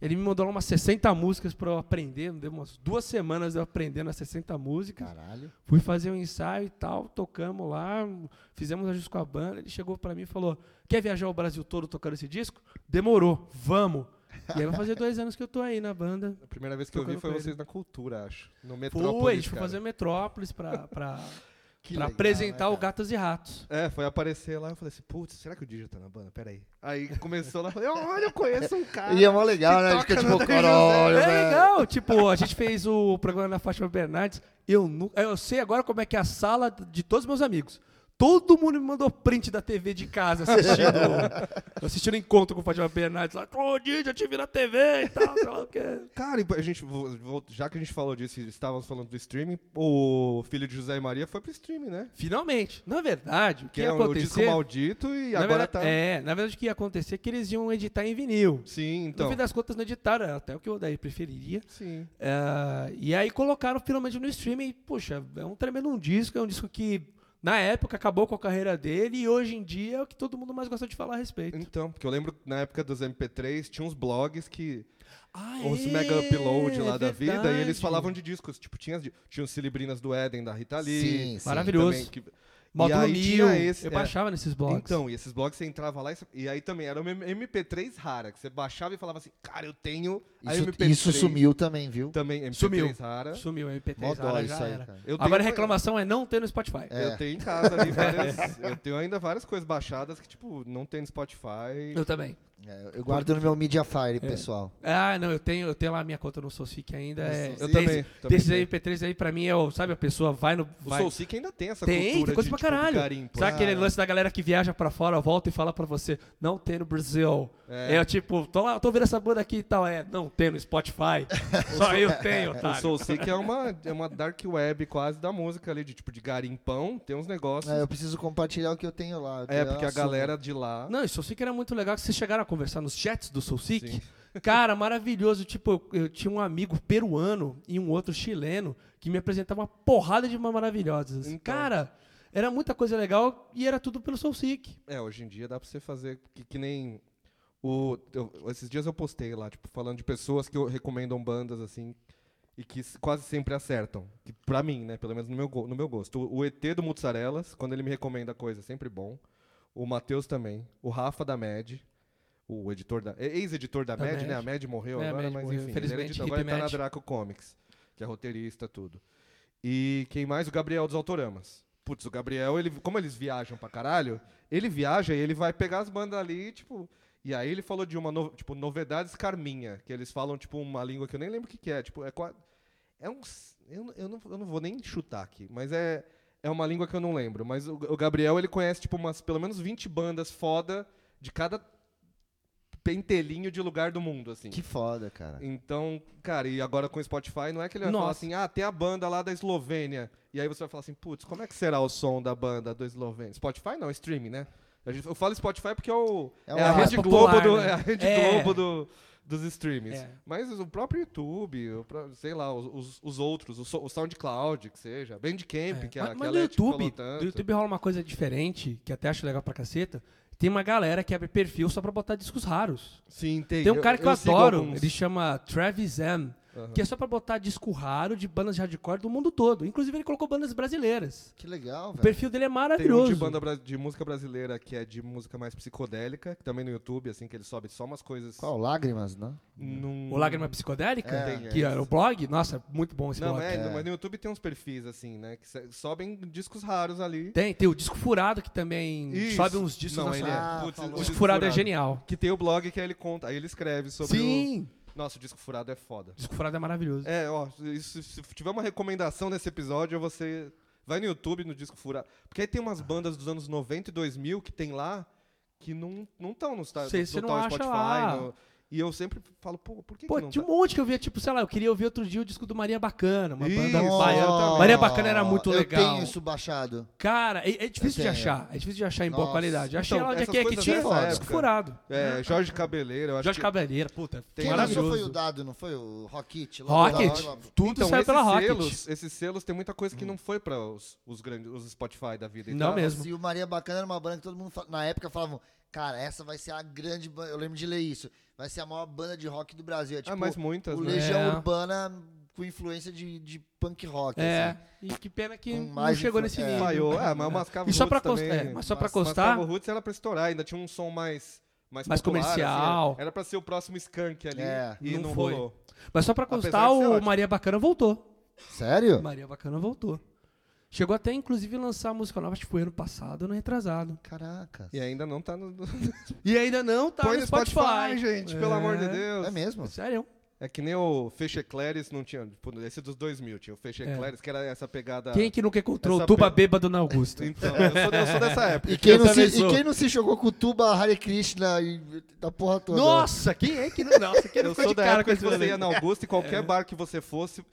S2: Ele me mandou lá umas 60 músicas pra eu aprender. Deu umas duas semanas eu aprendendo as 60 músicas.
S4: Caralho.
S2: Fui fazer um ensaio e tal, tocamos lá, fizemos ajustes com a banda. Ele chegou pra mim e falou: Quer viajar o Brasil todo tocando esse disco? Demorou, vamos. E aí vai fazer dois anos que eu tô aí na banda.
S3: A primeira vez que eu vi
S2: Tocando
S3: foi
S2: com
S3: vocês
S2: ele.
S3: na cultura, acho. No Metrópolis.
S2: Foi, a gente foi
S3: cara.
S2: fazer Metrópolis pra, pra,
S4: Que
S2: pra
S4: legal,
S2: apresentar
S4: né,
S2: o Gatas e Ratos.
S3: É, foi aparecer lá, eu falei assim, putz, será que o Digi tá na banda? Pera aí. Aí começou lá, eu falei, olha, eu conheço um cara.
S4: E é mó
S2: Ah,
S4: legal,
S3: que toca no
S4: né? Fica tipo,
S3: Dom
S4: caralho,
S2: É
S3: né?
S4: velho.
S2: legal, tipo, a gente fez o programa na Fátima Bernardes. Eu, nu- eu sei agora como é que é a sala de todos os meus amigos. Todo mundo me mandou print da TV de casa assistindo, assistindo encontro com o Fátima Bernardes. Lá, ô, Didi, eu te vi na TV e tal, sei lá o quê.
S3: Cara, e a gente, vo- vo- já que a gente falou disso, e estávamos falando do streaming, o filho de José e Maria foi pro streaming, né?
S2: Finalmente, na verdade, o que,
S3: Que
S2: ia
S3: é o disco
S2: acontecer...
S3: maldito e
S2: na
S3: agora
S2: verdade-
S3: tá.
S2: É, na verdade o que ia acontecer é que eles iam editar em vinil.
S3: Sim,
S2: No
S3: então.
S2: fim das contas não editaram, era até o que o Odair preferiria.
S3: Sim.
S2: É, e aí colocaram finalmente no streaming. e, Poxa, é um tremendo um disco. É um disco que, na época, acabou com a carreira dele e hoje em dia é o que todo mundo mais gosta de falar a respeito.
S3: Então, porque eu lembro na época dos MP3 tinha uns blogs que.
S2: Ah,
S3: uns
S2: é,
S3: mega upload lá
S2: é
S3: da vida e eles
S2: verdade.
S3: falavam de discos. Tipo, tinha, as di- tinha os Celebrinas do Éden da Rita Lee.
S4: Sim, sim.
S2: Maravilhoso.
S3: também, que-
S2: Módulo
S3: e aí
S2: Mil.
S3: tinha esse-
S2: eu
S3: é.
S2: baixava nesses blogs.
S3: Então, e esses blogs você entrava lá e, você- e aí também era uma MP3 rara, que você baixava e falava assim, cara, eu tenho a
S4: Isso,
S3: MP3.
S4: isso sumiu também, viu?
S3: Também, MP3
S2: Sumiu.
S3: rara.
S2: Sumiu,
S4: Mó
S2: MP3
S4: dó
S2: rara,
S4: isso
S2: Então, ah, já
S4: aí,
S2: era.
S4: cara.
S3: Eu
S2: Agora a
S3: tenho-
S2: reclamação é não ter no Spotify.
S3: Eu tenho em casa ali várias, eu tenho ainda várias coisas baixadas que, tipo, não tem no Spotify.
S2: Eu também.
S4: É, Eu guardo no meu Media
S2: É.
S4: Fire, pessoal.
S2: Ah, não, eu tenho, eu tenho lá a minha conta no Soulseek ainda. é,
S3: Soulseek.
S2: eu
S3: Eu
S2: também.
S3: também, também
S2: Desses
S3: tenho.
S2: MP3 aí, pra mim, é o, sabe, a pessoa vai no.
S3: O
S2: vai-
S3: Soulseek ainda tem essa
S2: Tem,
S3: cultura
S2: tem coisa
S3: de,
S2: pra caralho.
S3: Tipo, garimpo,
S2: Sabe
S3: né?
S2: aquele lance da galera que viaja pra fora, volta e fala pra você, não tem no Brasil. É,
S3: É.
S2: tipo, tô, lá, tô vendo essa banda aqui e tal. É, não tem no Spotify. Só eu tenho,
S3: O
S2: otário.
S3: Soulseek é uma, é uma dark web quase da música ali, de tipo, de garimpão, tem uns negócios.
S4: É, eu preciso compartilhar o que eu tenho lá. eu
S3: É,
S4: tenho
S3: porque a
S4: assunto.
S3: galera de lá.
S2: Não, e Soulseek era muito legal que vocês chegaram a conversar nos chats do Soulseek.
S3: Sim.
S2: Cara, maravilhoso. Tipo, eu, eu tinha um amigo peruano e um outro chileno que me apresentava uma porrada de maravilhosas.
S3: Então.
S2: Cara, era muita coisa legal e era tudo pelo Soulseek.
S3: É, hoje em dia dá pra você fazer que, que nem. O, eu- esses dias eu postei lá, tipo, falando de pessoas que eu- recomendam bandas assim e que s- quase sempre acertam. Que, pra mim, né? Pelo menos no meu, go- no meu gosto. O, o ET do Mutsarelas, quando ele me recomenda coisa, é sempre bom. O Matheus também. O Rafa da MED. O editor da. e- Ex-editor da,
S2: Da
S3: MED, né?
S2: Med.
S3: A MED morreu
S2: É, a
S3: agora,
S2: Med
S3: mas
S2: morreu,
S3: enfim. Ele
S2: infelizmente,
S3: edita,
S2: hippie
S3: agora ele tá na
S2: Med.
S3: Draco Comics, que é roteirista, tudo. E quem mais? O Gabriel dos Autoramas. Putz, o Gabriel, ele, como eles viajam pra caralho, ele viaja e ele vai pegar as bandas ali, tipo. E aí ele falou de uma, no- tipo, novidades carminha, que eles falam, tipo, uma língua que eu nem lembro o que, que é. Tipo, é qua- É um. s- Eu, não- eu, não, eu não vou nem chutar aqui, mas é. É uma língua que eu não lembro. Mas o, o Gabriel, ele conhece, tipo, umas pelo menos 20 bandas foda de cada pentelinho de lugar do mundo, assim.
S4: Que foda, cara.
S3: Então, cara, e agora com o Spotify, não é que ele vai falar
S2: Nossa.
S3: assim, ah, tem a banda lá da Eslovênia. E aí você vai falar assim, putz, como é que será o som da banda da Eslovênia? Spotify não, streaming, né? A gente- eu falo Spotify porque é, o,
S4: É
S3: é,
S4: o
S3: a
S4: mais
S3: rede
S2: popular,
S3: Globo, do,
S2: né?
S3: é a rede
S2: É.
S3: Globo do- dos streams.
S2: É.
S3: Mas o próprio YouTube, o pró- sei lá, os- os, os outros, o, so- o SoundCloud, que seja, Bandcamp, que, É, a,
S2: É. mas
S3: que a
S2: no
S3: Leti falou
S2: YouTube,
S3: tanto.
S2: do YouTube rola uma coisa diferente, que até acho legal pra caceta. Tem uma galera que abre perfil só pra botar discos raros.
S3: Sim, tem.
S2: Tem um cara que eu,
S3: sigo
S2: adoro,
S3: alguns.
S2: ele chama Travis M, que é só pra botar disco raro de bandas de hardcore do mundo todo. Inclusive ele colocou bandas brasileiras.
S4: Que legal,
S2: O
S4: velho.
S2: perfil dele é
S3: Tem um
S2: maravilhoso.
S3: de banda bra- de música brasileira que é de música mais psicodélica, que também no YouTube, assim, que ele sobe só umas coisas.
S4: Qual? Lágrimas, né? não?
S3: Num...
S2: O Lágrima Psicodélica,
S3: É. Tem
S2: que
S3: esse.
S2: era o blog. Nossa, muito bom esse
S3: Não,
S2: blog.
S3: é, no- mas no YouTube tem uns perfis, assim, né? Que se- sobem discos raros ali.
S2: Tem, tem o Disco Furado, que também
S3: Isso.
S2: sobe uns discos.
S3: Não,
S2: nacionais.
S3: ele é.
S4: Ah,
S3: Putz,
S4: falou.
S2: O Disco Furado é genial.
S3: Que tem o blog que aí ele conta, aí ele escreve sobre o...
S2: Sim!
S3: Nossa, o disco furado é foda.
S2: O Disco Furado é maravilhoso.
S3: É, ó, isso- se tiver uma recomendação nesse episódio, você vai no YouTube, no disco furado. Porque aí tem umas bandas dos anos 90 e 2000 que tem lá que não estão não tão no, sta-
S2: Cê-
S3: no
S2: cê não
S3: tal
S2: acha
S3: Spotify.
S2: lá.
S3: no- E eu sempre falo, pô, por que,
S2: Pô,
S3: que não
S2: tinha
S3: tá?
S2: um monte que eu via, tipo, sei lá, eu queria ouvir outro dia o disco do Maria Bacana, uma banda
S3: Isso,
S2: baiana.
S3: exatamente.
S2: Maria Bacana era muito
S4: eu
S2: legal.
S4: tenho isso baixado.
S2: Cara, é, é difícil de
S4: tenho.
S2: achar. É difícil de achar em boa
S4: Nossa.
S2: qualidade. Eu Achei
S3: Então,
S2: ela onde é
S3: essas
S2: que é que
S3: coisas
S2: tinha
S4: dessa
S2: um disco
S3: época.
S2: furado.
S3: É, Jorge Cabeleira, eu acho
S2: Jorge
S3: que...
S2: Cabeleira, puta,
S3: Tem
S4: Quem lançou foi o
S2: maravilhoso.
S4: dado, não foi? O Rocket? lá,
S2: Rocket,
S4: lá, lá, lá.
S2: tudo
S3: então,
S2: saiu
S3: esses
S2: pela Rocket. Hum.
S3: selos, esses selos tem muita coisa que não foi para os, os grandes, os Spotify da vida.
S2: Não
S3: Então,
S2: mesmo.
S4: E o Maria Bacana era uma banda que todo mundo, fa- na época, falavam, cara, essa vai ser a grande banda, eu lembro de ler isso, vai ser a maior banda de rock do Brasil. É, tipo,
S3: ah, mas muitas,
S4: o
S3: né?
S4: Legião
S2: É.
S4: Urbana com influência de, de punk rock,
S2: É,
S4: assim.
S2: e que pena que
S4: Com
S2: não
S4: mais
S2: chegou
S4: influ-
S2: nesse
S4: é.
S2: nível.
S3: Falhou. Ah, mas o Mascavo
S2: E só pra
S3: Roots
S2: constar,
S3: também-
S2: é, mas só pra
S3: Mas-
S2: constar-
S3: Mascavo Roots era pra estourar, ainda tinha um som mais... Mais,
S2: Mais
S3: popular, assim,
S2: comercial.
S3: era pra ser o próximo Skunk ali
S4: É.
S3: e
S2: Não
S3: não,
S2: foi.
S3: rolou.
S2: Mas só pra
S3: Apesar de
S2: constar,
S3: ser
S2: o
S3: ótimo.
S2: Maria Bacana voltou.
S4: Sério?
S2: Maria Bacana voltou. Chegou até, inclusive, lançar música nova, tipo, ano passado, ano retrasado.
S4: Caraca.
S3: E ainda não tá no... no-
S2: E ainda não tá
S3: Põe
S2: no Spotify.
S3: gente,
S2: É.
S3: pelo amor de Deus.
S4: É mesmo?
S2: Sério.
S3: É que nem o Feche Eclares não tinha. tipo, esse dos 2000 tinha o Feche Eclares, que era essa pegada.
S2: É. Quem é que nunca encontrou o
S3: Tá. Essa
S2: Tuba
S3: pe-
S2: Bêbado na Augusta?
S3: Então, eu sou, eu sou dessa época.
S4: E quem,
S2: Eu
S4: não se,
S2: também
S4: e
S2: sou.
S4: quem não se jogou com o Tuba, Hare Krishna e da porra toda?
S2: Nossa, quem é que não... Nossa, quem não
S3: Eu
S2: ficou
S3: sou
S2: de
S3: da
S2: cara com
S3: época
S2: esse
S3: que você
S2: rolê?
S3: ia
S2: É.
S3: na Augusta e qualquer bar que você fosse,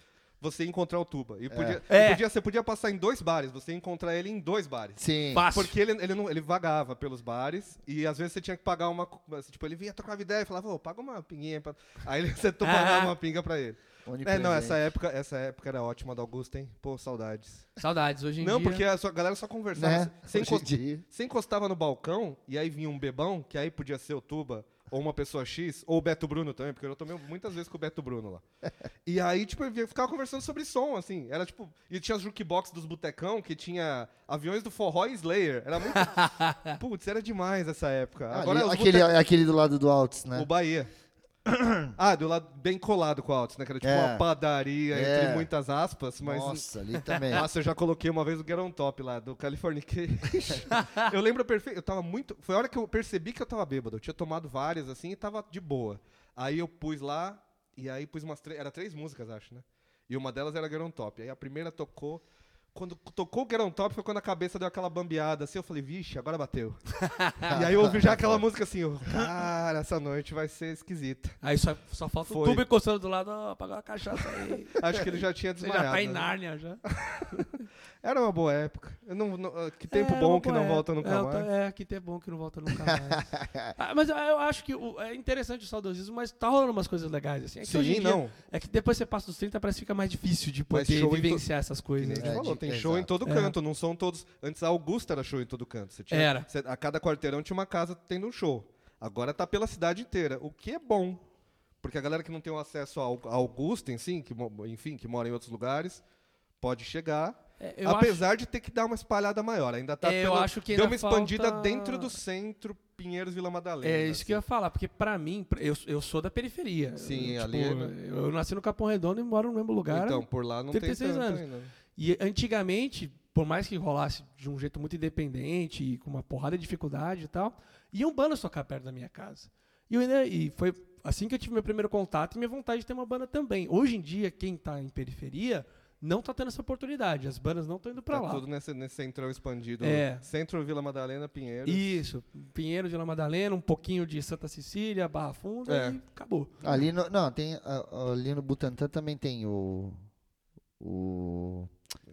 S3: você ia encontrar o Tuba. E podia,
S2: É.
S3: e podia- você podia passar em dois bares, você ia encontrar ele em dois bares.
S4: Sim.
S2: Fácil.
S3: Porque ele, ele, não, ele vagava pelos bares e às vezes você tinha que pagar uma. co- assim, Tipo, ele vinha trocar uma ideia e falava, ô, paga uma pinguinha. aí Pra... Aí ele- você pagava
S2: Ah.
S3: uma pinga pra ele. É,
S4: Onipresente.
S3: não, essa época, essa época era ótima do Augusta, hein? Pô, saudades.
S2: Saudades, hoje em
S3: Não,
S2: dia... É.
S3: porque a sua galera só conversava.
S4: Né?
S3: Você,
S4: Hoje em
S3: enco-
S4: dia.
S3: você encostava no balcão e aí vinha um bebão, que aí podia ser o Tuba, ou uma pessoa X, ou o Beto Bruno também, porque eu já tomei muitas vezes com o Beto Bruno lá. E aí, tipo, eu via- ficava conversando sobre som, assim. Era tipo. E tinha as jukebox dos botecão, que tinha aviões do forró e Slayer. Era muito. Putz, era demais essa época. Agora
S4: Ali,
S3: os
S4: Ah, aquele, é,
S3: botecão-
S4: aquele do lado do Altos, né?
S3: o Bahia. Ah, do lado bem colado com o Altos, né? Que era tipo
S4: É.
S3: uma padaria,
S4: É.
S3: entre muitas aspas, mas.
S4: Nossa, ali
S2: É.
S4: também.
S3: Nossa, eu já coloquei uma vez o Get On Top lá, do Californication. eu lembro perfeito, eu tava muito... Foi a hora que eu percebi que eu tava bêbado. Eu tinha tomado várias, assim, e tava de boa. Aí eu pus lá, e aí pus umas três... Era três músicas, acho, né? E uma delas era Get On Top. Aí a primeira tocou... Quando tocou o Get On Top, foi quando a cabeça deu aquela bambeada, assim. Eu falei, vixe, agora bateu. e aí eu ouvi
S2: Tá
S3: já aquela música assim, eu, cara, essa noite vai ser esquisita.
S2: Aí só, só falta o
S3: Foi.
S2: Tuba encostando do lado, ó, pagar uma cachaça aí.
S3: Acho que ele já tinha
S2: Você já
S3: desmaiado.
S2: tá em
S3: né?
S2: Nárnia, já.
S3: Era uma boa época. Eu não- não- que tempo
S2: É,
S3: bom
S2: uma
S3: que
S2: boa
S3: não volta
S2: época.
S3: nunca
S2: é, eu
S3: mais.
S2: tô- É, que tempo bom que não volta nunca mais. Ah, mas eu- eu acho que o- é interessante o saudosismo, mas tá rolando umas coisas legais, assim. É que
S3: Sim,
S2: hoje em dia-
S3: não.
S2: É que depois você passa dos 30, parece que fica mais difícil de
S3: Mas
S2: poder
S3: show em
S2: vivenciar essas
S3: Que nem
S2: coisas.
S3: a gente
S2: né?
S4: É,
S3: falou,
S4: de-
S3: tem
S4: exato.
S3: show em todo
S2: É.
S3: canto, não são todos. Antes a Augusta era show em todo canto. Você tinha,
S2: Era.
S3: você- a cada quarteirão tinha uma casa tendo um show. Agora tá pela cidade inteira, o que é bom. Porque a galera que não tem o acesso ao- a Augusta, em si, que, mo- enfim, que mora em outros lugares, pode chegar.
S2: É, eu acho-
S3: apesar de ter que dar uma espalhada maior. Ainda tá
S2: É, eu
S3: pela-
S2: acho que
S3: Deu
S2: ainda
S3: uma expandida
S2: falta-
S3: dentro do centro, Pinheiros Vila Madalena. assim.
S2: É isso que eu ia falar, porque pra mim, pra- eu, eu sou da periferia.
S3: Sim,
S2: eu, tipo,
S3: ali é-
S2: Eu nasci no Capão Redondo e moro no mesmo lugar.
S3: Então, por lá não
S2: 36
S3: tem tanto
S2: anos.
S3: ainda.
S2: E antigamente, por mais que rolasse de um jeito muito independente e com uma porrada de dificuldade e tal, iam bandas tocar perto da minha casa. E, eu ainda- e foi assim que eu tive meu primeiro contato e minha vontade de ter uma banda também. Hoje em dia, quem tá em periferia não tá tendo essa oportunidade. As bandas não estão indo pra
S3: Tá
S2: lá.
S3: tudo nesse, nesse centrão expandido.
S2: É.
S3: Centro Vila Madalena, Pinheiros.
S2: Isso. Pinheiro de La Madalena, um pouquinho de Santa Cecília, Barra Funda
S3: É.
S2: e acabou.
S4: Ali no, não, tem, a- ali no Butantã também tem o, o...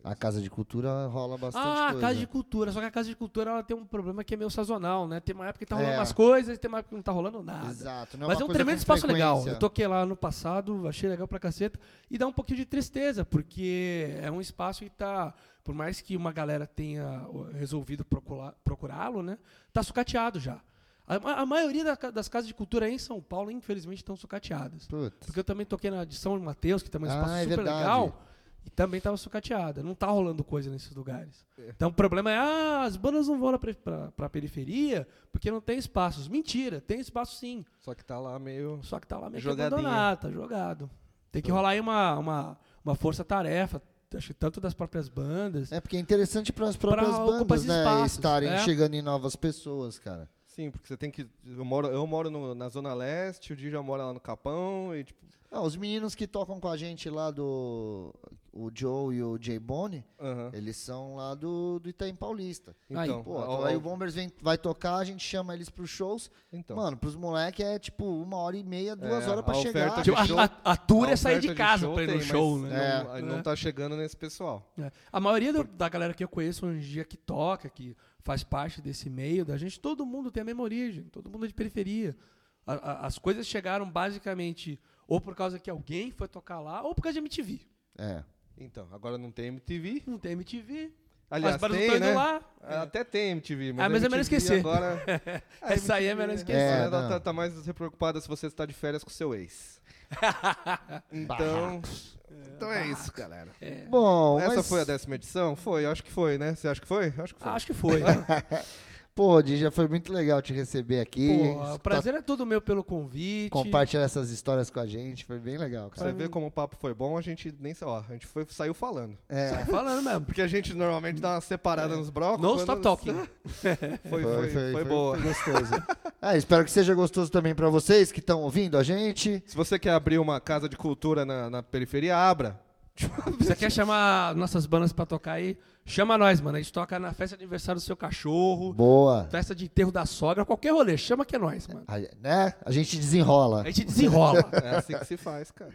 S4: A Casa de Cultura rola bastante
S2: Ah,
S4: coisa.
S2: Casa de Cultura. Só que a Casa de Cultura ela tem um problema que é meio sazonal, né? Tem uma época que tá rolando
S4: É.
S2: umas coisas e tem uma época que não tá rolando nada.
S4: Exato. Não
S2: Mas
S4: uma
S2: é um
S4: coisa
S2: tremendo
S4: com
S2: espaço legal.
S4: frequência.
S2: Eu toquei lá no passado, achei legal pra caceta. E dá um pouquinho de tristeza, porque é um espaço que tá. Por mais que uma galera tenha ó, resolvido procura- procurá-lo, né? Tá sucateado já. A, ma- a maioria da ca- das casas de cultura em São Paulo, infelizmente, estão sucateadas.
S4: Putz.
S2: Porque eu também toquei na de São Mateus, que também é um
S4: Ah,
S2: espaço
S4: é
S2: super
S4: verdade.
S2: legal. E também tava sucateada. Não tá rolando coisa nesses lugares. Então o problema é, ah, as bandas não vão lá pra, pra, pra periferia porque não tem espaços. Mentira, tem espaço sim.
S3: Só que tá lá meio.
S2: Só que tá lá meio que
S3: Jogadinha.
S2: abandonado, tá jogado. Tem que rolar aí uma, uma, uma força-tarefa, acho que tanto das próprias bandas.
S3: É,
S4: É porque é interessante para as próprias
S2: ocupar
S4: bandas,
S2: esses
S4: né?
S2: espaços,
S4: Estarem
S2: é.
S4: chegando em novas pessoas, cara.
S3: Sim, porque você tem que. Eu moro, eu moro no- na Zona Leste, o Dija mora lá no Capão, e tipo.
S4: Ah, os meninos que tocam com a gente lá do. O Joe e o J Bone,
S3: aham.
S4: eles são lá do, do Itaim Paulista.
S2: Aí,
S3: Então,
S4: Pô,
S3: ó,
S4: aí
S3: ó,
S4: o Bombers vem, vai tocar, a gente chama eles pros shows.
S3: então.
S4: Mano, pros moleques é tipo uma hora e meia, duas
S3: É,
S4: horas pra
S3: a oferta de
S4: chegar.
S2: Tipo,
S3: show-
S2: a, a, a tour
S3: A
S2: é sair
S3: oferta
S2: de casa pra ir
S3: tem,
S2: no
S3: mas
S2: show, né?
S3: não-
S2: É.
S3: não tá chegando nesse pessoal.
S2: É. A maioria do- da galera que eu conheço hoje em dia que toca, que faz parte desse meio da gente, todo mundo tem a mesma origem, todo mundo é de periferia. A- a- as coisas chegaram basicamente ou por causa que alguém foi tocar lá, ou por causa de MTV.
S4: É.
S3: Então, agora não tem MTV.
S2: Não tem MTV,
S3: Aliás,
S2: as bandas
S3: tem,
S2: não tão
S3: né?
S2: tá indo lá.
S3: Até tem MTV, mas,
S2: Ah, mas é melhor
S3: MTV
S2: esquecer.
S3: Agora... A
S2: Essa aí é
S3: MTV,
S2: melhor
S3: né?
S2: esquecer.
S4: É,
S3: ela
S4: não.
S3: tá, tá mais preocupada se você está de férias com seu ex. Então, então é isso, galera.
S4: Bom,
S3: Essa
S4: mas,
S3: foi a décima edição? Foi, acho que foi, né? Você acha que foi? Acho que foi.
S2: Acho que foi. né?
S3: É.
S4: Pô, Dija, foi muito legal te receber aqui.
S2: Pô, o
S4: escutar-
S2: prazer é todo meu pelo convite.
S4: compartilhar essas histórias com a gente, foi bem legal,
S3: Você
S4: cara.
S3: vê como o papo foi bom, a gente nem sa- ó, a gente foi, saiu falando.
S4: É.
S2: Sai Tá falando mesmo.
S3: Porque a gente normalmente dá uma separada nos blocos.
S2: No
S3: quando-
S2: É. stop talking.
S3: Foi, foi, foi, boa.
S4: gostoso. ah, espero que seja gostoso também pra vocês que estão ouvindo a gente.
S3: Se você quer abrir uma casa de cultura na, na periferia, abra.
S2: Você quer chamar nossas bandas pra tocar aí? Chama nós, mano. A gente toca na festa de aniversário do seu cachorro,
S4: Boa.
S2: festa de enterro da sogra, qualquer rolê. Chama que é nós, mano.
S4: A, né? A gente desenrola.
S2: A gente desenrola.
S3: É assim que se faz, cara.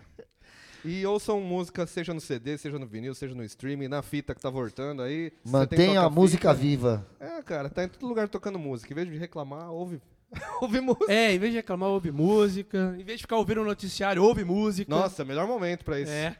S3: E ouçam música, seja no CD, seja no vinil, seja no streaming, na fita que tá voltando aí. Você tem que
S4: Mantenha
S3: tocar
S4: a música
S3: fita.
S4: viva.
S3: É, cara, tá em todo lugar tocando música. Em vez de reclamar, ouve, ouve música.
S2: É, em vez de reclamar, ouve música. Em vez de ficar ouvindo um noticiário, ouve música.
S3: Nossa, melhor momento pra isso.
S2: É.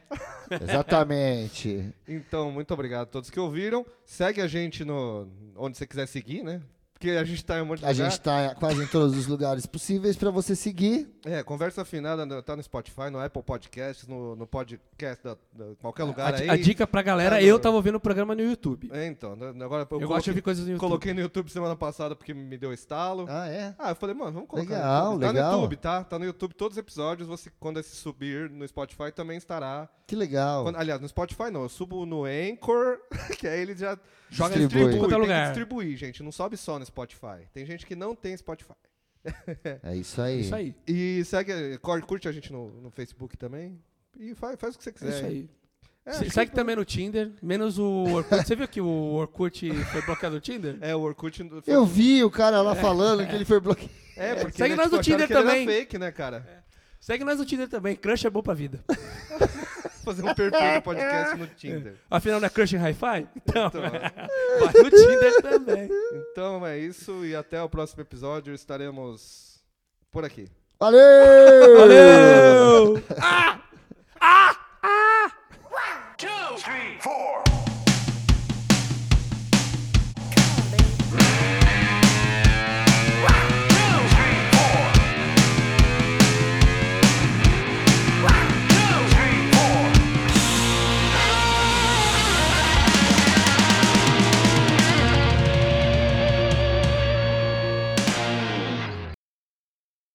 S4: Exatamente.
S3: Então, muito obrigado a todos que ouviram. Segue a gente no onde você quiser seguir, né? Porque a gente tá em um monte de
S4: A
S3: lugar.
S4: gente tá quase em todos os lugares possíveis pra você seguir.
S3: É, Conversa Afinada no- tá no Spotify, no Apple Podcasts, no, no podcast, da, da- qualquer
S2: A,
S3: lugar aí.
S2: a dica pra galera,
S3: Cara,
S2: eu
S3: eu-
S2: tava ouvindo o programa no YouTube.
S3: É, então, né, agora eu,
S2: Eu gosto de
S3: coloquei,
S2: ouvir coisas no YouTube.
S3: coloquei no YouTube semana passada porque me deu estalo.
S4: Ah, é?
S3: Ah, eu falei, mano, vamos colocar.
S4: Legal,
S3: no YouTube. Tá
S4: legal.
S3: no YouTube, tá? Tá no YouTube todos os episódios. Você, quando esse subir no Spotify, também estará.
S4: Que legal.
S3: Quando- aliás, no Spotify não. Eu subo no Anchor, que aí ele já
S2: Joga
S4: Distribui.
S2: em tudo quanto é
S3: tem que
S2: lugar.
S3: distribuir, gente. Não sobe só no Spotify. Tem gente que não tem Spotify.
S4: É isso aí.
S2: Isso aí.
S3: E segue, cor- curte a gente no, no Facebook também. E faz, faz o que você
S2: É
S3: quiser.
S2: isso aí.
S3: É,
S2: Se-
S3: acho que-
S2: segue também no Tinder, menos o Orkut. Você viu que o Orkut foi bloqueado no Tinder?
S3: É, o Orkut. no-
S4: Eu vi o cara lá falando que ele foi bloqueado.
S3: É, porque
S2: Segue
S3: né,
S2: nós
S3: tipo,
S2: no
S3: acharam
S2: Tinder
S3: que ele
S2: também.
S3: Era fake, né, cara?
S2: Segue nós no Tinder também. Crush é bom pra vida.
S3: Fazer um perfil do podcast no Tinder.
S2: Afinal, não é Crush em Hi-Fi? Então, vai no Tinder também.
S3: Então é isso e até o próximo episódio estaremos por aqui.
S4: Valeu!
S2: Valeu! Ah!